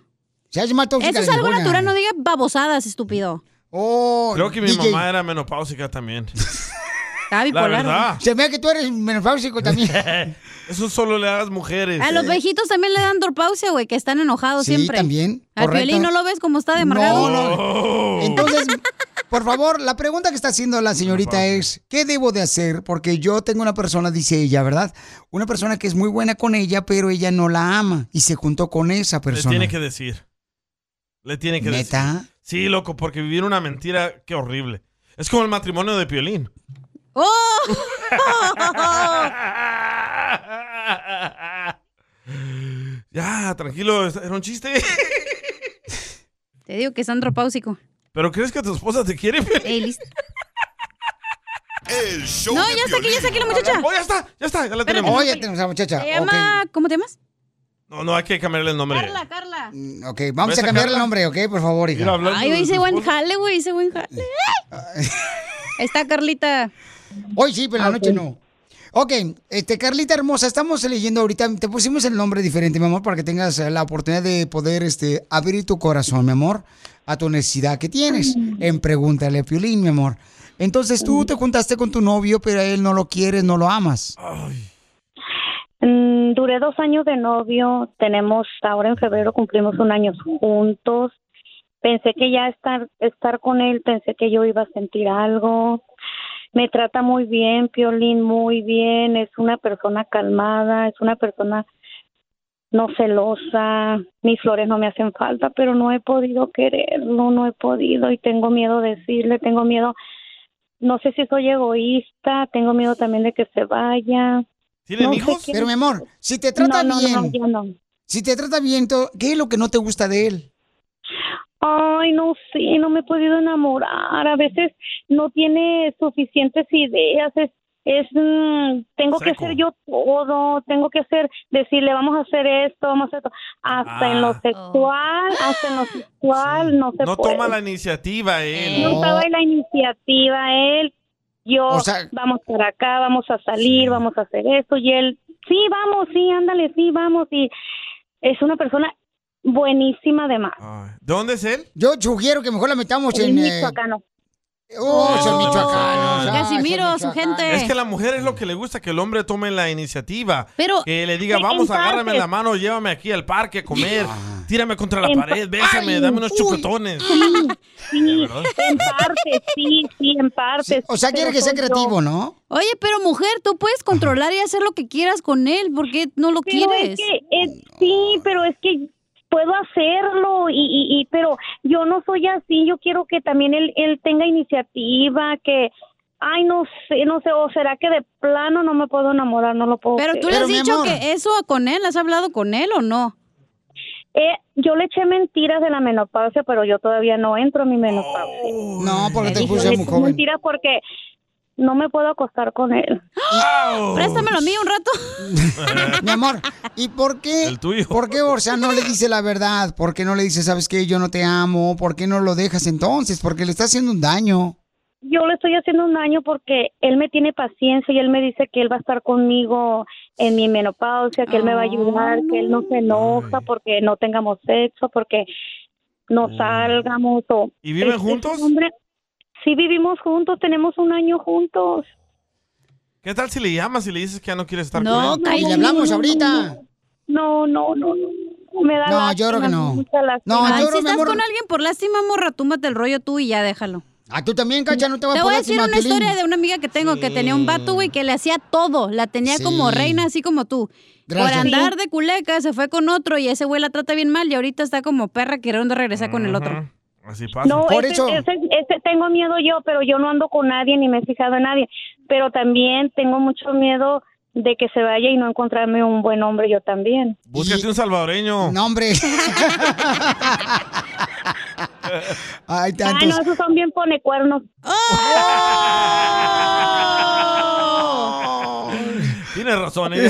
Se hace más tóxica Eso es la algo viejona. natural, no digas babosadas, estúpido. Oh, Creo que mi DJ. mamá era menopáusica también. Está Ah, bipolar. verdad. Se ve que tú eres menopáusico también. Eso solo le das a las mujeres. A los viejitos también le dan dorpausia, güey, que están enojados Sí, siempre. también, Al correcto. violín no lo ves como está de amargado. Oh. no. Entonces, por favor, la pregunta que está haciendo la señorita es, ¿qué debo de hacer? Porque yo tengo una persona, dice ella, ¿verdad? Una persona que es muy buena con ella, pero ella no la ama y se juntó con esa Le persona. tiene que decir. Le tiene que ¿Neta? decir. Sí, loco, porque vivir una mentira, qué horrible. Es como el matrimonio de Piolín. ¡Oh! Ya, tranquilo, es- era un chiste. Te digo que es andropáusico. ¿Pero crees que tu esposa te quiere? Ey, Eh, listo. El show No, de ya está aquí, ya está aquí la muchacha. Oh, ya está, ya está, ya la Espérate, tenemos. no, Oh, ya espérate. tenemos a la muchacha, Se llama, ¿cómo te llamas? No, no, hay que cambiarle el nombre. Carla, Carla. Ok, vamos a cambiar el nombre, ¿ok? Por favor, hija. Ay, hoy hice buen jale, güey, hice buen Eh. jale. Ay. Está Carlita. Hoy sí, pero en Ah, la noche no. Ok, este, Carlita hermosa, estamos leyendo ahorita, te pusimos el nombre diferente, mi amor, para que tengas eh, la oportunidad de poder este, abrir tu corazón, mi amor, a tu necesidad que tienes Mm. en Pregúntale a Piolín, mi amor. Entonces tú te juntaste con tu novio, pero a él no lo quieres, no lo amas. Mm, duré dos años de novio, tenemos ahora en febrero cumplimos un año juntos. Pensé que ya estar estar con él, pensé que yo iba a sentir algo. Me trata muy bien, Piolín, muy bien. Es una persona calmada, es una persona no celosa. Mis flores no me hacen falta, pero no he podido quererlo, no he podido y tengo miedo de decirle, tengo miedo. No sé si soy egoísta, tengo miedo también de que se vaya. ¿Tienen No sé hijos? qué- Pero mi amor, si te trata No, no, bien, no, yo no. si te trata bien, to- ¿qué es lo que no te gusta de él? Ay, no sé, no me he podido enamorar. A veces no tiene suficientes ideas. Es, es mm, tengo que Seco. hacer yo todo. Tengo que hacer, decirle, vamos a hacer esto, vamos a hacer esto. Hasta en lo Ah. sexual, hasta en lo sexual, no se No puede. toma la iniciativa eh, él. No estaba en la iniciativa él. Yo, vamos para acá, vamos a salir, vamos a hacer esto. Y él, sí, vamos, sí, ándale, sí, vamos. Y es una persona buenísima además. ¿De dónde es él? Yo sugiero que mejor la metamos Es en... eh, michoacano. Oh, son michoacanos, ah, son Casimiro, su michoacanos. gente. Es que a la mujer es lo que le gusta, que el hombre tome la iniciativa. Pero- que le diga, Sí, vamos, en partes. agárrame la mano, llévame aquí al parque a comer, tírame contra la En pa- pared, bésame, Ay, dame unos uy. chupotones. Sí, ¿verdad? en parte, sí, sí, en parte. O sea, quiere que sea creativo, ¿no? Oye, pero mujer, tú puedes controlar y hacer lo que quieras con él, ¿por qué no lo Pero quieres? es que, es- sí, pero es que puedo hacerlo, y, y, y- pero yo no soy así, yo quiero que también él, él tenga iniciativa, que, ay, no sé, no sé, o será que de plano no me puedo enamorar, no lo puedo Pero tú le creer. has dicho que eso con él, ¿has hablado con él o no? Eh, yo le eché mentiras de la menopausia, pero yo todavía no entro en mi menopausia. No, porque te Yo puse le muy eché joven. Mentiras porque no me puedo acostar con él. Préstamelo a mí un rato. Eh, Mi amor, ¿y por qué? ¿Por qué, o sea, no le dice la verdad? ¿Por qué no le dice, sabes qué, yo no te amo? ¿Por qué no lo dejas entonces? Porque le está haciendo un daño. yo le estoy haciendo un daño porque él me tiene paciencia y él me dice que él va a estar conmigo en mi menopausia, que él me va a Ah, ayudar, que él no se enoja porque no tengamos sexo, porque no salgamos. O, Mm. ¿Y viven es- es un juntos? hombre- sí, vivimos juntos, tenemos un año juntos. ¿Qué tal si le llamas y le dices que ya no quieres estar No, con él? cállate. Y le hablamos ahorita. No, no, no, no. Me da No, lástima, yo creo que no. mucha lástima. Ay, si estás con alguien por lástima, morra, túmbate el rollo tú y ya déjalo. A Ah, tú también, Cacha, no te voy voy a a poner decir lástima, una Piolín. historia de una amiga que tengo que tenía un vato, güey, que le hacía todo. La tenía Sí. como reina, así como tú. Gracias. Por andar de culeca, se fue con otro y ese güey la trata bien mal y ahorita está como perra queriendo regresar con el otro. Así pasa. No, ese- Ah. ese- ese tengo miedo yo, pero yo no ando con nadie ni me he fijado en nadie. Pero también tengo mucho miedo de que se vaya y no encontrarme un buen hombre yo también. Búscate un salvadoreño. No, hombre. Ay, tantos. Ay, no, esos son bien ponecuernos. Tienes razón, ¿eh?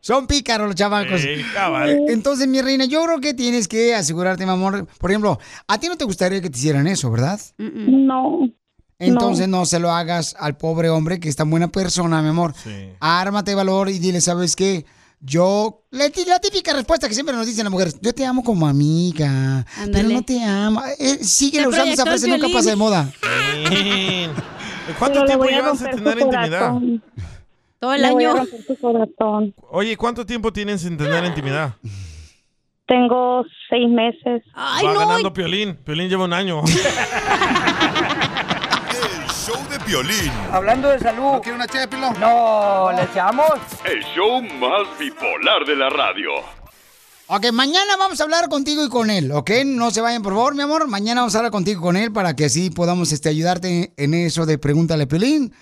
Son pícaros los chamacos. Uh. Ey, cabal. Entonces, mi reina, yo creo que tienes que asegurarte, mi amor. Por ejemplo, a ti no te gustaría que te hicieran eso, ¿verdad? No. Entonces no. se lo hagas al pobre hombre que es tan buena persona, mi amor. Ármate de valor y dile, ¿sabes qué? Yo, la, ti- la típica respuesta que siempre nos dicen las mujeres, yo te amo como amiga, pero no te amo. Eh, Se síguele usando esa proyectó el frase, nunca Piolín. pasa de moda. ¿Cuánto Pero le tiempo voy a llevas sin romper su tener intimidad? corazón. Todo el Voy a romper su corazón. Oye, ¿cuánto tiempo tienen sin tener intimidad? Tengo seis meses. Va ganando Piolín. Piolín lleva un año. Show de Piolín. Hablando de salud. ¿No quiere una ché de pilón? No, ¿le echamos? El show más bipolar de la radio. Ok, mañana vamos a hablar contigo y con él, ¿ok? No se vayan, por favor, mi amor. Mañana vamos a hablar contigo y con él para que así podamos este, ayudarte en eso de Pregúntale a Piolín.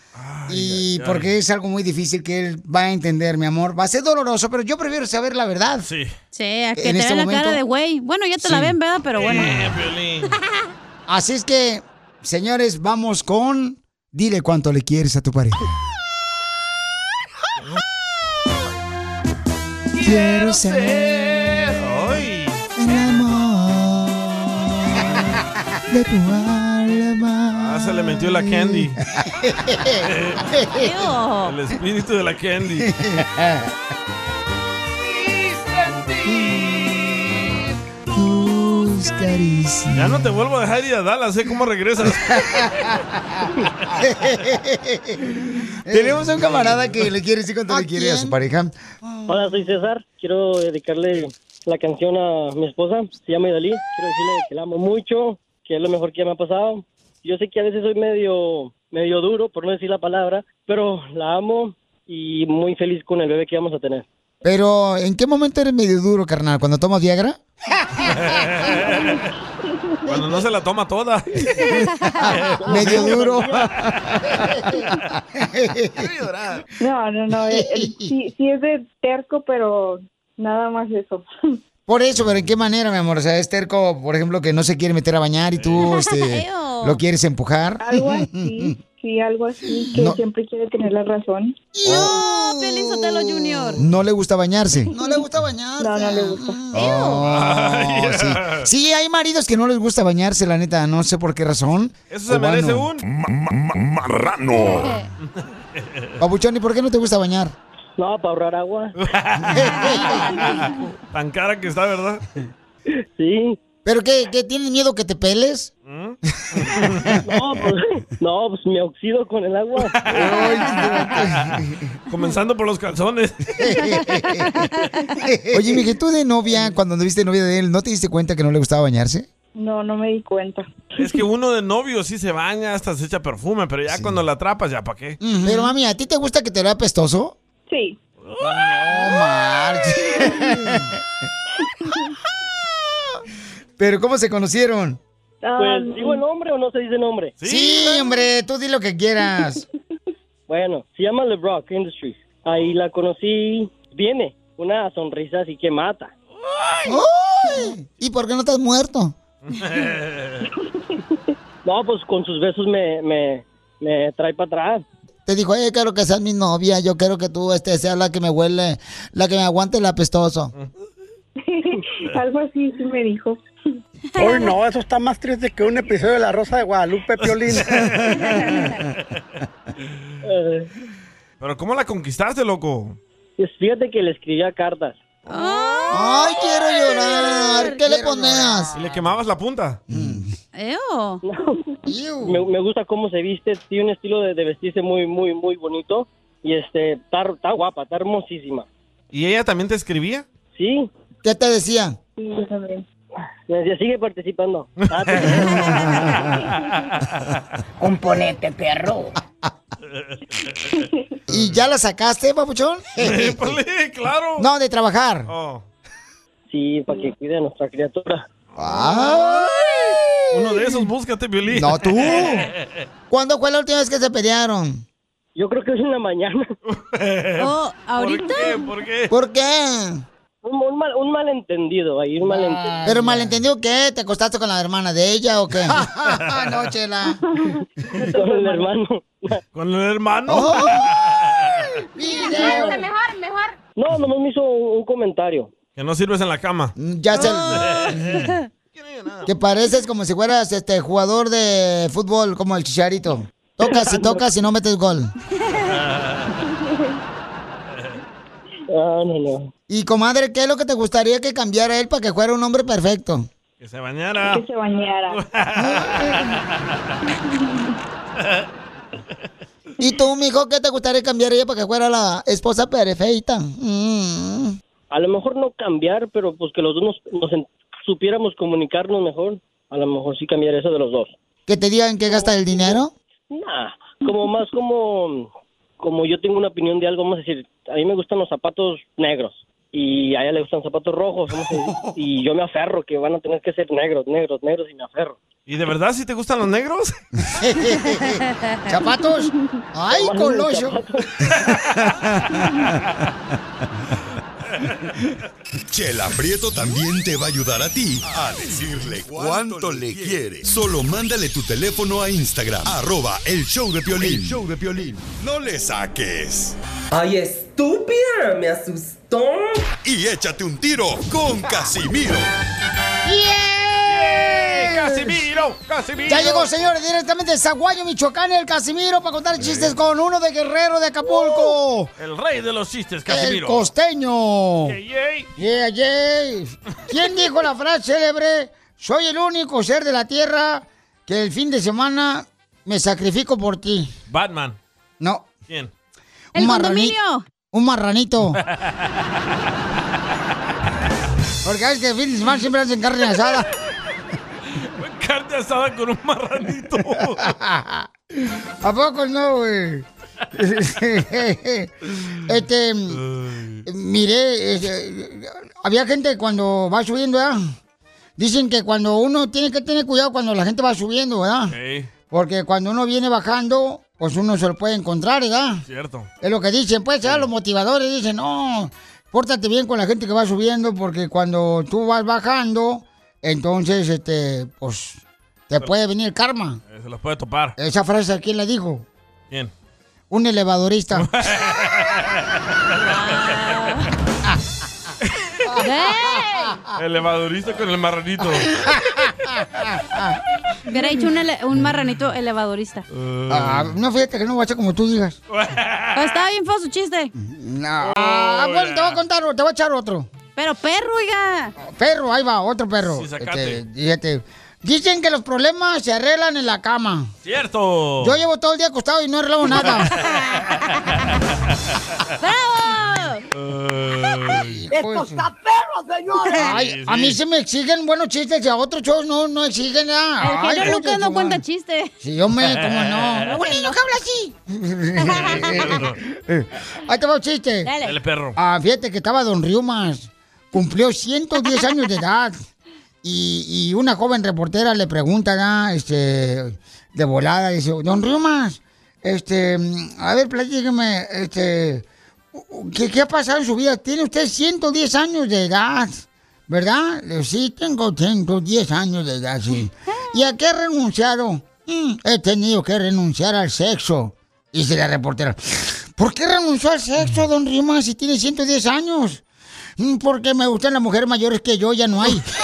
y ay, porque es algo muy difícil que él va a entender, mi amor. Va a ser doloroso, pero yo prefiero saber la verdad. Sí. Sí, a que En te este vean la momento- cara de güey. Bueno, ya te la Sí. ven, ¿verdad? Pero bueno. Así es que, señores, vamos con... Dile cuánto le quieres a tu pareja. Quiero ser el amor de tu alma. Ah, se le metió la candy. Ew. El espíritu de la candy. Tus caricias. Ya no te vuelvo a dejar ir a Dallas, sé cómo regresas. Tenemos a un camarada que le quiere decir cuánto le quiere a su pareja. Hola, soy César. Quiero dedicarle la canción a mi esposa. Se llama Idalí. Quiero decirle que la amo mucho, que es lo mejor que me ha pasado. Yo sé que a veces soy medio, medio duro, por no decir la palabra, pero la amo y muy feliz con el bebé que vamos a tener. Pero, ¿en qué momento eres medio duro, carnal? ¿Cuando tomas Viagra? Cuando no se la toma toda. medio duro. No, no, no. eh, eh, sí, sí es de terco, pero nada más eso. Por eso, pero ¿en qué manera, mi amor? O sea, es terco, por ejemplo, que no se quiere meter a bañar y tú este, Eo. lo quieres empujar. Algo así, sí, algo así, que No. siempre quiere tener la razón. ¡No! ¡Feliz Sotelo Junior! No le gusta bañarse. No le gusta bañarse. No, no le gusta. Oh, sí. Sí, hay maridos que no les gusta bañarse, la neta, no sé por qué razón. Eso se merece un- Ma- ma- ma- Marrano. Papuchón, ¿y por qué no te gusta bañar? No, para ahorrar agua. Tan cara que está, ¿verdad? Sí. ¿Pero qué, qué tienes miedo que te peles? No, pues, no, pues me oxido con el agua. Comenzando por los calzones. Oye, mi que tú de novia, cuando anduviste de novia de él, ¿no te diste cuenta que no le gustaba bañarse? No, no me di cuenta. Es que uno de novio sí se baña, hasta se echa perfume, pero ya cuando la atrapas, ¿ya para qué? Pero mami, ¿a ti te gusta que te vea apestoso? Ah, Sí. No marches. Pero ¿cómo se conocieron? Pues, ¿digo el nombre o no se dice nombre? Sí, hombre, tú di lo que quieras. Bueno, se llama LeBrock Industries. Ahí la conocí. Viene una sonrisa así que mata. ¡Ay! ¿Y por qué no estás muerto? No, pues con sus besos me, me, me trae para atrás. Te dijo, eh, quiero que seas mi novia, yo quiero que tú este, seas la que me huele, la que me aguante el apestoso. algo así sí me dijo. Hoy no, eso está más triste que un episodio de La Rosa de Guadalupe, Piolín. Pero ¿cómo la conquistaste, loco? Pues fíjate que le escribía cartas. ¡Ay, quiero llorar! ¿Qué le ponías? Y le quemabas la punta. No. Me, me gusta cómo se viste, tiene un estilo de, de vestirse muy, muy, muy bonito. Y este, está, está guapa, está hermosísima. ¿Y ella también te escribía? Sí. ¿Qué te decía? Sí, yo también. Me decía, sigue participando. Ah, Componente, perro. ¿Y ya la sacaste, papuchón? claro. No, de trabajar. Oh. Sí, para que cuide a nuestra criatura. Uno de esos, búscate, Violín. No, tú. ¿Cuándo fue la última vez que se pelearon? Yo creo que es en la mañana. Oh, ¿ahorita? ¿Por qué? ¿Por qué? Ah, Un, un mal- un malentendido ahí, un malentendido. ¿Pero malentendido qué? ¿Te acostaste con la hermana de ella o qué? no, chela. Con el hermano. ¿Con el hermano? Oh. Video. mejor, mejor. No, nomás me hizo un, un comentario. Que no sirves en la cama. Ya se... Que pareces como si fueras este jugador de fútbol como el Chicharito. Tocas y tocas y no metes gol. Y comadre, ¿qué es lo que te gustaría que cambiara él para que fuera un hombre perfecto? Que se bañara. Que se bañara. ¿Y tú, mijo, qué te gustaría cambiar ella para que fuera la esposa perfecta? Mm. A lo mejor no cambiar, pero pues que los dos nos, nos en- supiéramos comunicarnos mejor. A lo mejor sí cambiar eso de los dos. ¿Que te digan que gasta el dinero? Nah, como más como, como yo tengo una opinión de algo, vamos a decir, a mí me gustan los zapatos negros y a ella le gustan zapatos rojos, vamos a decir, y yo me aferro que van a tener que ser negros, negros, negros y me aferro. ¿Y de verdad si te gustan los negros? ¿Zapatos? ¡Ay, Ay, colocho! Chela Prieto también te va a ayudar a ti a decirle cuánto le quiere. Solo mándale tu teléfono a Instagram, arroba el show de Piolín. El show de Piolín. No le saques. Ay, estúpida, me asustó. Y échate un tiro con Casimiro. ¡Yeah! ¡Casimiro! ¡Casimiro! Ya llegó, señores, directamente de Zaguayo, Michoacán, el Casimiro, para contar chistes con uno de Guerrero de Acapulco. El rey de los chistes, El Casimiro. costeño. Yay, Yeah, yay. ¿Quién dijo la frase célebre? Soy el único ser de la tierra que el fin de semana me sacrifico por ti. Batman. No. ¿Quién? un marranito. Un marranito. Porque es que el fin de semana siempre hacen carne asada. Carne asada con un marranito. ¿A poco no, güey? este, miré, este, había gente cuando va subiendo, ¿verdad? Dicen que cuando uno tiene que tener cuidado cuando la gente va subiendo, ¿verdad? Ey, Porque cuando uno viene bajando, pues uno se lo puede encontrar, ¿verdad? cierto. Es lo que dicen, pues, ya los motivadores dicen, no, pórtate bien con la gente que va subiendo, porque cuando tú vas bajando, entonces, este, pues, te puede venir karma. Eh, Se los puede topar. Esa frase, ¿quién la dijo? ¿Quién? Un elevadorista. Elevadorista con el marranito. Hubiera hecho un, ele- un marranito elevadorista. Ah, no, fíjate que no va a ser como tú digas. Pero estaba bien feo su chiste. No. Ah, bueno, te voy a contar, te voy a echar otro. Pero perro, oiga. Perro, ahí va, otro perro. Sí, sacate. Este, fíjate. Dicen que los problemas se arreglan en la cama. Oh. Cierto. Yo llevo todo el día acostado y no arreglo nada. pues, ¡Esto está perro, señores! Ay, a mí se me exigen buenos chistes y a otros shows no, no exigen nada. El Ay, genio coño, Lucas no tu cuenta madre. chistes. Sí, hombre, cómo no. Un niño que habla así. Ahí te va un chiste. Dale. Dale, perro. Ah, fíjate que estaba Don Riumas. Cumplió 110 años de edad. Y, y una joven reportera le pregunta, ¿no? este, de volada, dice, Don Riumas, este, a ver, platíqueme, este, ¿qué, ¿qué ha pasado en su vida? Tiene usted 110 años de edad, ¿verdad? Le digo, Sí, tengo 110 años de edad, sí. ¿Y a qué ha renunciado? "Mm, he tenido que renunciar al sexo. Dice la reportera. ¿Por qué renunció al sexo, don Rimas, si tiene 110 años? "Mm, Porque me gustan las mujeres mayores que yo, ya no hay.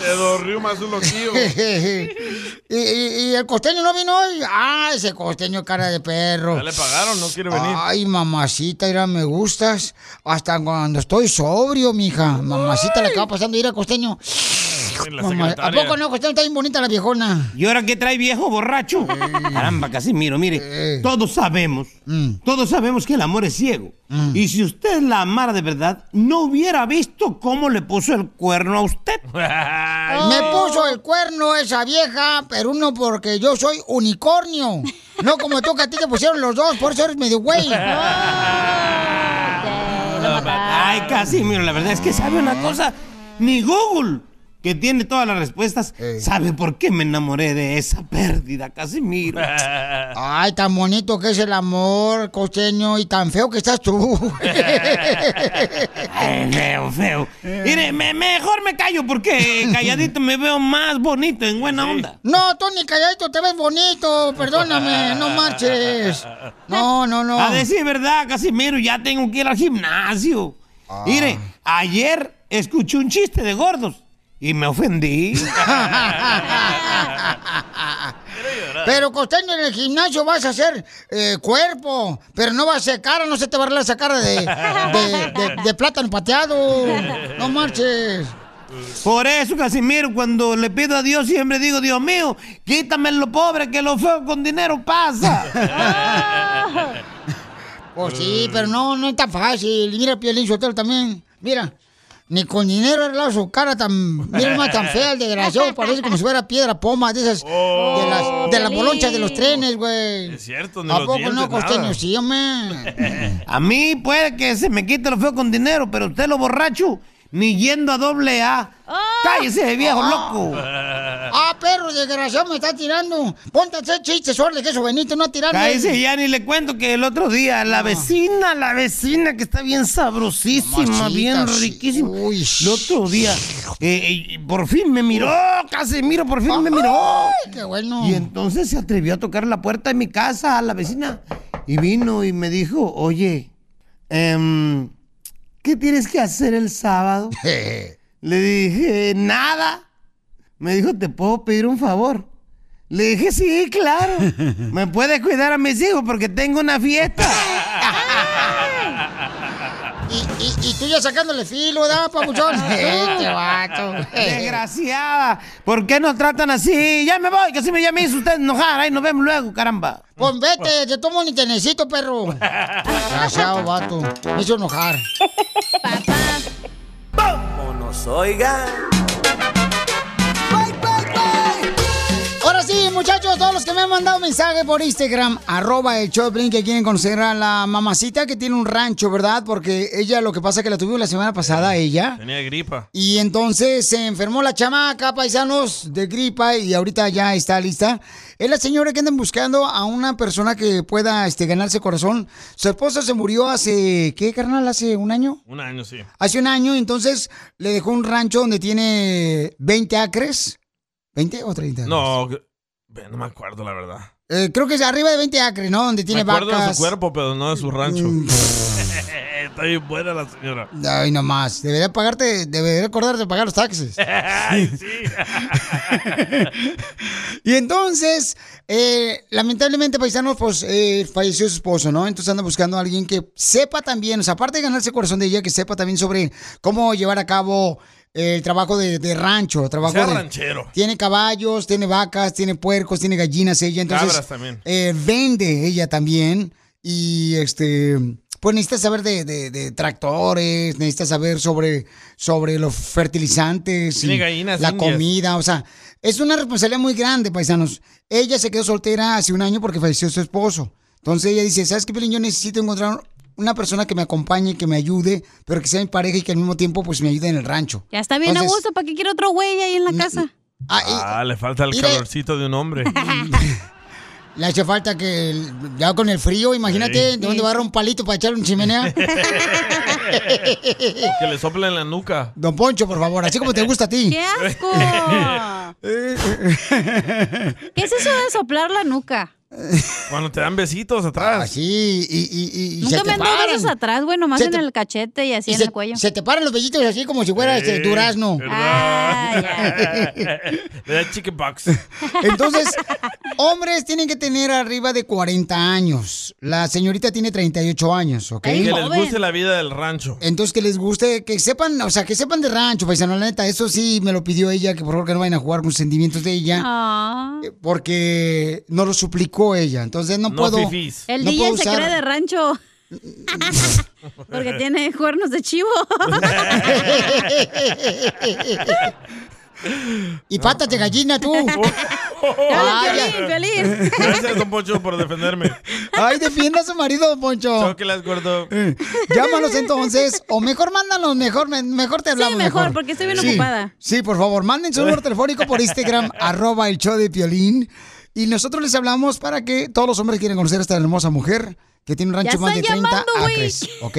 Le dorrió más un loquillo. y, y- y el costeño no vino hoy. Ah, ese costeño cara de perro. Ya le pagaron, no quiere venir. Ay, mamacita, mira, me gustas. Hasta cuando estoy sobrio, mija. Mamacita le acaba pasando ir al costeño. la Mamá, ¿A secretaria. poco no, costeño? Está bien bonita la viejona. ¿Y ahora qué trae viejo borracho? Caramba, Casimiro, mire, todos sabemos, todos sabemos que el amor es ciego. Y si usted la amara de verdad, no hubiera visto cómo le puso el cuerno a usted. Me puso el cuerno esa vieja, pero uno porque yo soy unicornio. No como tú que a ti te pusieron los dos, por eso eres medio güey. Ay, Casimiro, la verdad es que sabe una cosa, ni Google, que tiene todas las respuestas, sabe por qué me enamoré de esa pérdida, Casimiro. Ay, tan bonito que es el amor, costeño, y tan feo que estás tú. Ay, feo, feo. Mire, me- mejor me callo porque calladito me veo más bonito, en buena onda. No, Tony, calladito, te ves bonito, perdóname, no marches. No, no, no. A decir verdad, Casimiro, ya tengo que ir al gimnasio. Ah. Mire, ayer escuché un chiste de gordos y me ofendí. Pero costeño, en el gimnasio vas a hacer eh, cuerpo, pero no vas a hacer cara, no se te va a arreglar esa cara de, de- de- de plátano pateado. No marches. Por eso, Casimiro, cuando le pido a Dios, siempre digo, Dios mío, quítame lo pobre, que lo feo con dinero pasa. Pues sí, pero no, no es tan fácil. Mira, Piolín Sotelo también. Mira, ni con dinero arreglado su cara tan... Mira, más tan fea el desgraciado. Parece como si fuera piedra poma de esas... de las, de las Piolín. bolonchas de los trenes, güey. Es cierto, ni ¿A los poco dientes, no, costeño? nada. Sí, hombre. a mí puede que se me quite lo feo con dinero, pero usted lo borracho, ni yendo a doble A. Oh. Cállese, viejo Ah. loco. Ah, perro, desgraciado, me está tirando. Ponte a hacer chistes, suerte, que eso, Benito, no tirarme. Cállese, ya ni le cuento que el otro día la vecina, la vecina que está bien sabrosísima, Mamacita, bien sí. riquísima. El otro día, eh, eh, por fin me miró, Casimiro, por fin me miró. Ay, qué bueno. Y entonces se atrevió a tocar la puerta de mi casa a la vecina. Y vino y me dijo, oye, em, ¿qué tienes que hacer el sábado? Le dije, nada. Me dijo, ¿te puedo pedir un favor? Le dije, sí, claro. ¿Me puedes cuidar a mis hijos porque tengo una fiesta? Y, y tú ya sacándole filo, ¿verdad, papuchón? este vato. Desgraciada. ¿Por qué nos tratan así? Ya me voy, que así me llaméis usted enojar. Ahí nos vemos luego, caramba. Pues vete, te tomo ni te necesito, perro. Desgraciado, vato. Me hizo enojar. Vámonos, oiga. Ahora sí, muchachos, todos los que me han mandado mensaje por Instagram, arroba el show de Piolín, que quieren conocer a la mamacita que tiene un rancho, ¿verdad? Porque ella, lo que pasa es que la tuvimos la semana pasada, ella. Tenía gripa. Y entonces se enfermó la chamaca, paisanos, de gripa y ahorita ya está lista. Es la señora que andan buscando a una persona que pueda este, ganarse corazón. Su esposo se murió hace, ¿qué carnal? ¿Hace un año? Un año, sí. Hace un año, entonces le dejó un rancho donde tiene 20 acres. ¿20 o 30? No, que- ve, no me acuerdo, la verdad. Eh, creo que es arriba de 20 acres, ¿no? Donde tiene me acuerdo de vacas. Mm. su cuerpo, pero no de su rancho. Está bien buena la señora. Ay, nomás. Debería pagarte, debería acordarte de pagar los taxes. Ay, sí. Y entonces, eh, lamentablemente, paisano, pues eh, falleció su esposo, ¿no? Entonces anda buscando a alguien que sepa también, o sea, aparte de ganarse el corazón de ella, que sepa también sobre cómo llevar a cabo eh, el trabajo de, de rancho, trabajo Sea de- ranchero. Tiene caballos, tiene vacas, tiene puercos, tiene gallinas ella, entonces Cabras también. eh, vende ella también y este pues necesita saber de, de- de tractores, necesita saber sobre, sobre los fertilizantes, Tiene y gallinas la indias. comida, o sea, es una responsabilidad muy grande, paisanos. Ella se quedó soltera hace un año porque falleció su esposo. Entonces ella dice, ¿sabes qué, Pelín? Yo necesito encontrar una persona que me acompañe, que me ayude, pero que sea mi pareja y que al mismo tiempo pues me ayude en el rancho. Ya está bien a Entonces- Mm, gusto, ¿para qué quiere otro güey ahí en la casa? Ah, le falta el Mire. calorcito de un hombre. Le hace falta que el- ya con el frío, imagínate, Sí. ¿de dónde va a agarrar un palito para echar un chimenea? que le sopla en la nuca. Don Poncho, por favor, así como te gusta a ti. ¡Qué asco! ¿Qué es eso de soplar la nuca? Cuando te dan besitos atrás. Así, Ah, y, Nunca me han dado besos atrás, güey, nomás Se en te- el cachete y así Y en se, el cuello. se te paran los vellitos así como si fuera Eh, este, durazno. Le da chicken box. Entonces, hombres tienen que tener arriba de 40 años. La señorita tiene 38 años, ¿ok? Que les guste la vida del rancho. Entonces, que les guste, que sepan, o sea, que sepan de rancho, paisano, la neta. Eso sí me lo pidió ella, que por favor que no vayan a jugar con sentimientos de ella. Ah. Eh, Porque no lo suplicó ella. Entonces, no, No puedo. fifís. El no DJ puedo se usar- cree de rancho. Porque tiene cuernos de chivo. y patas de gallina, tú. Piolín, Gracias, don Poncho, por defenderme. Ay, defienda a su marido, don Poncho. que las gordo. Eh. Llámanos entonces, o mejor mándanos, mejor, me- mejor te hablamos. mejor, porque estoy bien Sí, ocupada. Sí, por favor, manden su número telefónico por Instagram, arroba el show de Piolín. Y nosotros les hablamos para que todos los hombres quieren conocer a esta hermosa mujer que tiene un rancho Ya más de están 30 llamando, güey. acres, ¿ok?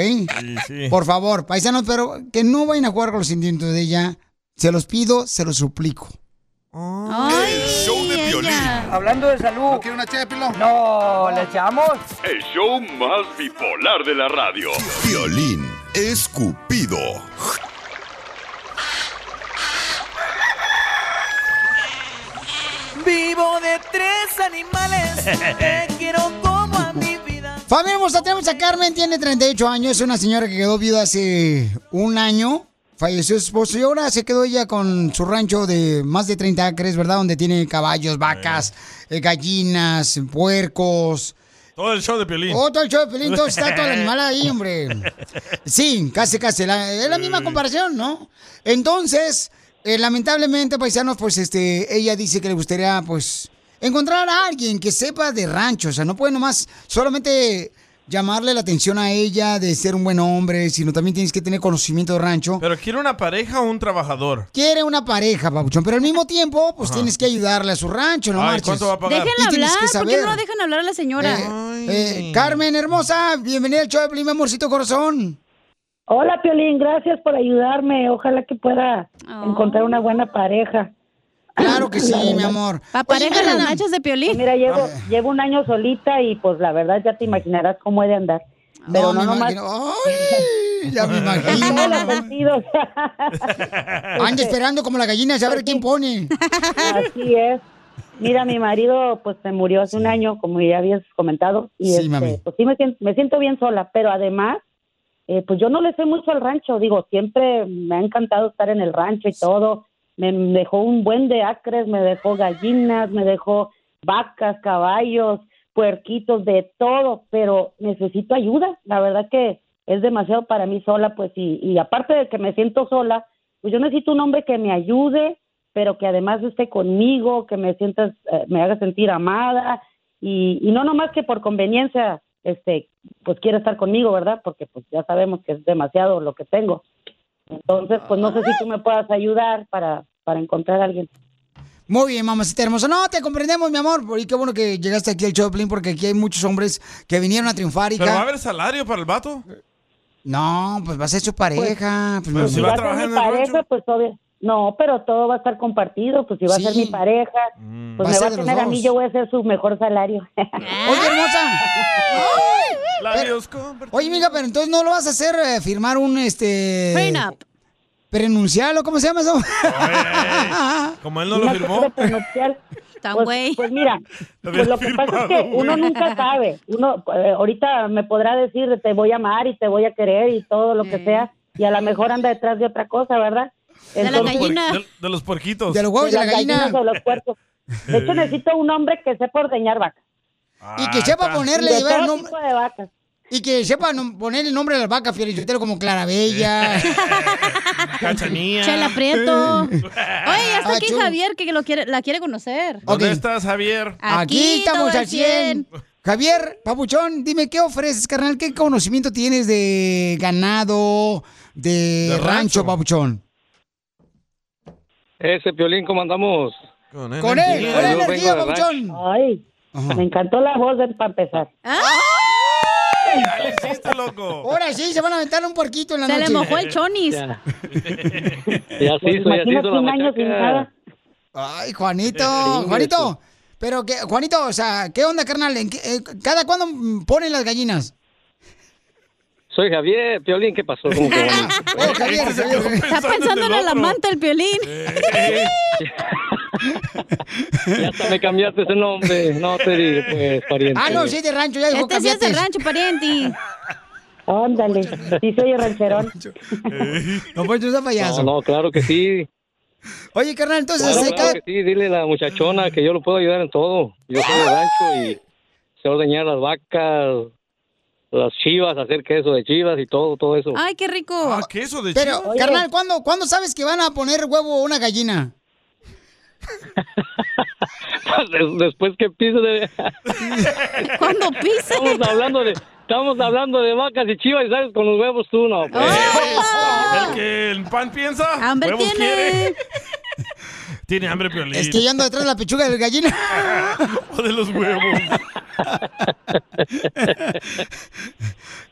sí. Por favor, paisanos, pero que no vayan a jugar con los sentimientos de ella. Se los pido, se los suplico. El show de violín. Hablando de salud. ¿No quiere una No, ¿le echamos? El show más bipolar de la radio. Violín escupido. Vivo de tres animales. Te quiero como a mi vida. Familia hermosa, tenemos a Carmen, tiene 38 años, es una señora que quedó viuda hace un año Falleció su esposo y ahora se quedó ella con su rancho de más de 30 acres, ¿verdad? Donde tiene caballos, vacas, eh, gallinas, puercos. Todo el show de Piolín. Oh, todo el show de Piolín, todo está todo el animal ahí, hombre. Sí, casi, casi. la- es la Mm. misma comparación, ¿no? Entonces, eh, lamentablemente, paisanos, pues este, ella dice que le gustaría, pues, encontrar a alguien que sepa de rancho. O sea, no puede nomás solamente llamarle la atención a ella de ser un buen hombre, sino también tienes que tener conocimiento de rancho. Pero quiere una pareja o un trabajador. Quiere una pareja, papuchón, pero al mismo tiempo, pues Ajá. tienes que ayudarle a su rancho, ¿no Ay, marches? ¿cuánto va a pagar? Déjenla Y hablar, tienes que ¿por qué no la saber. dejan hablar a la señora? Eh, eh, Carmen, hermosa, bienvenida al show de Piolín, mi amorcito corazón. Hola, Piolín, gracias por ayudarme. Ojalá que pueda Oh. encontrar una buena pareja. Claro que sí, mi amor. Ah. La pareja las nachas de Piolín. Pues Mira, llevo, llevo un año solita y pues la verdad ya te imaginarás cómo he de andar. Pero no, me nomás... imagino. ¡Ay! Ya me imagino. Hola, sentidos. Anda esperando como la gallina a ver quién pone. Así es. Mira, mi marido pues se murió hace un año, como ya habías comentado, y Sí, este, mami. pues sí me siento, me siento bien sola, pero además, eh, pues yo no le sé mucho al rancho, digo, siempre me ha encantado estar en el rancho y todo, me dejó un buen de acres, me dejó gallinas, me dejó vacas, caballos, puerquitos, de todo, pero necesito ayuda, la verdad que es demasiado para mí sola, pues, y, y aparte de que me siento sola, pues yo necesito un hombre que me ayude, pero que además esté conmigo, que me sientas, eh, me haga sentir amada y, y no nomás que por conveniencia, este, pues quiera estar conmigo, ¿verdad? Porque pues ya sabemos que es demasiado lo que tengo. Entonces, pues no sé si tú me puedas ayudar para, para encontrar a alguien. Muy bien, mamacita hermosa. No, te comprendemos, mi amor. Y qué bueno que llegaste aquí al show de Piolín, porque aquí hay muchos hombres que vinieron a triunfar y ¿Pero va a ca- haber salario para el vato? No, pues vas a ser su pareja. Pues, Pero mi si amor. va a trabajar en mi el rancho. pareja, pues obvio- No, pero todo va a estar compartido, pues si va Sí. a ser mi pareja, pues Mm. Va a me ser va a de los tener a mí, dos. yo voy a ser su mejor salario. Oye, hermosa. Labios Pues Oye, mija, pero entonces no lo vas a hacer eh, firmar un este. Prenup. Prenunciarlo, ¿cómo se llama eso? Como él no lo Una cosa firmó. de pronunciar. Pues- Pues, mira, Lo pues lo que había pasa firmado, es que uno güey. nunca sabe. Uno eh, ahorita me podrá decir te voy a amar y te voy a querer y todo lo que sea y a lo mejor anda detrás de otra cosa, ¿verdad? Entonces- De, de los puerquitos. de las gallinas o los puercos. De hecho necesito un hombre que sepa ordeñar vacas. Y que Ah, sepa ponerle De llevar todo nom- tipo de vacas. Y que sepa nom- poner el nombre de las vacas, Fiorello, como Clarabella. Cachanilla. Chela Prieto. Oye, ya está aquí Achú. Javier que lo quiere, la quiere conocer. ¿Dónde estás, Javier? Aquí, estamos todo al 100. Javier, papuchón, dime qué ofreces, carnal. ¿Qué conocimiento tienes de ganado, de, De rancho, rancho. papuchón? Ese piolín, ¿cómo andamos? Con Con él, con él, energía, rancho. papuchón. Ay, me encantó la voz de, para empezar. Ahora sí, se van a aventar un puerquito en la Se le noche. mojó el chonis. Y así hizo, y así hizo la machaca. Ay, Juanito, Sí, Juanito. eso. Pero, que, Juanito, o sea, ¿qué onda, carnal? ¿En qué- eh, ¿Cada cuándo mm, ponen las gallinas? Soy Javier, piolín, ¿qué pasó? ¿Cómo que bueno? Está pensando en el amante, el Piolín. Ya hasta me cambiaste ese nombre. No te digo, pues, pariente. Ah, no, sí, de rancho, ya dijo Este sí es de Capiates. rancho, pariente. Ándale, sí soy rancherón. No, pues tú estás payaso. No, no, claro que sí. Oye, carnal, entonces, eh, Claro, se claro ca- que sí, dile a la muchachona que yo lo puedo ayudar en todo. Yo soy de rancho y sé ordeñar las vacas, las chivas, hacer queso de chivas y todo, todo eso. Ay, qué rico. Ah, queso de Pero, chivo. Oye. carnal, ¿cuándo, ¿cuándo sabes que van a poner huevo o una gallina? Des- Después que pise de... Cuando pise. Estamos hablando de... Estamos hablando de vacas y chivas y sabes con los huevos tú, no. pues. Ah. El que el pan piensa, Hambre huevos tiene. quiere. tiene hambre, Piolín. Es que yo ando detrás de la pechuga de la gallina. O de los huevos.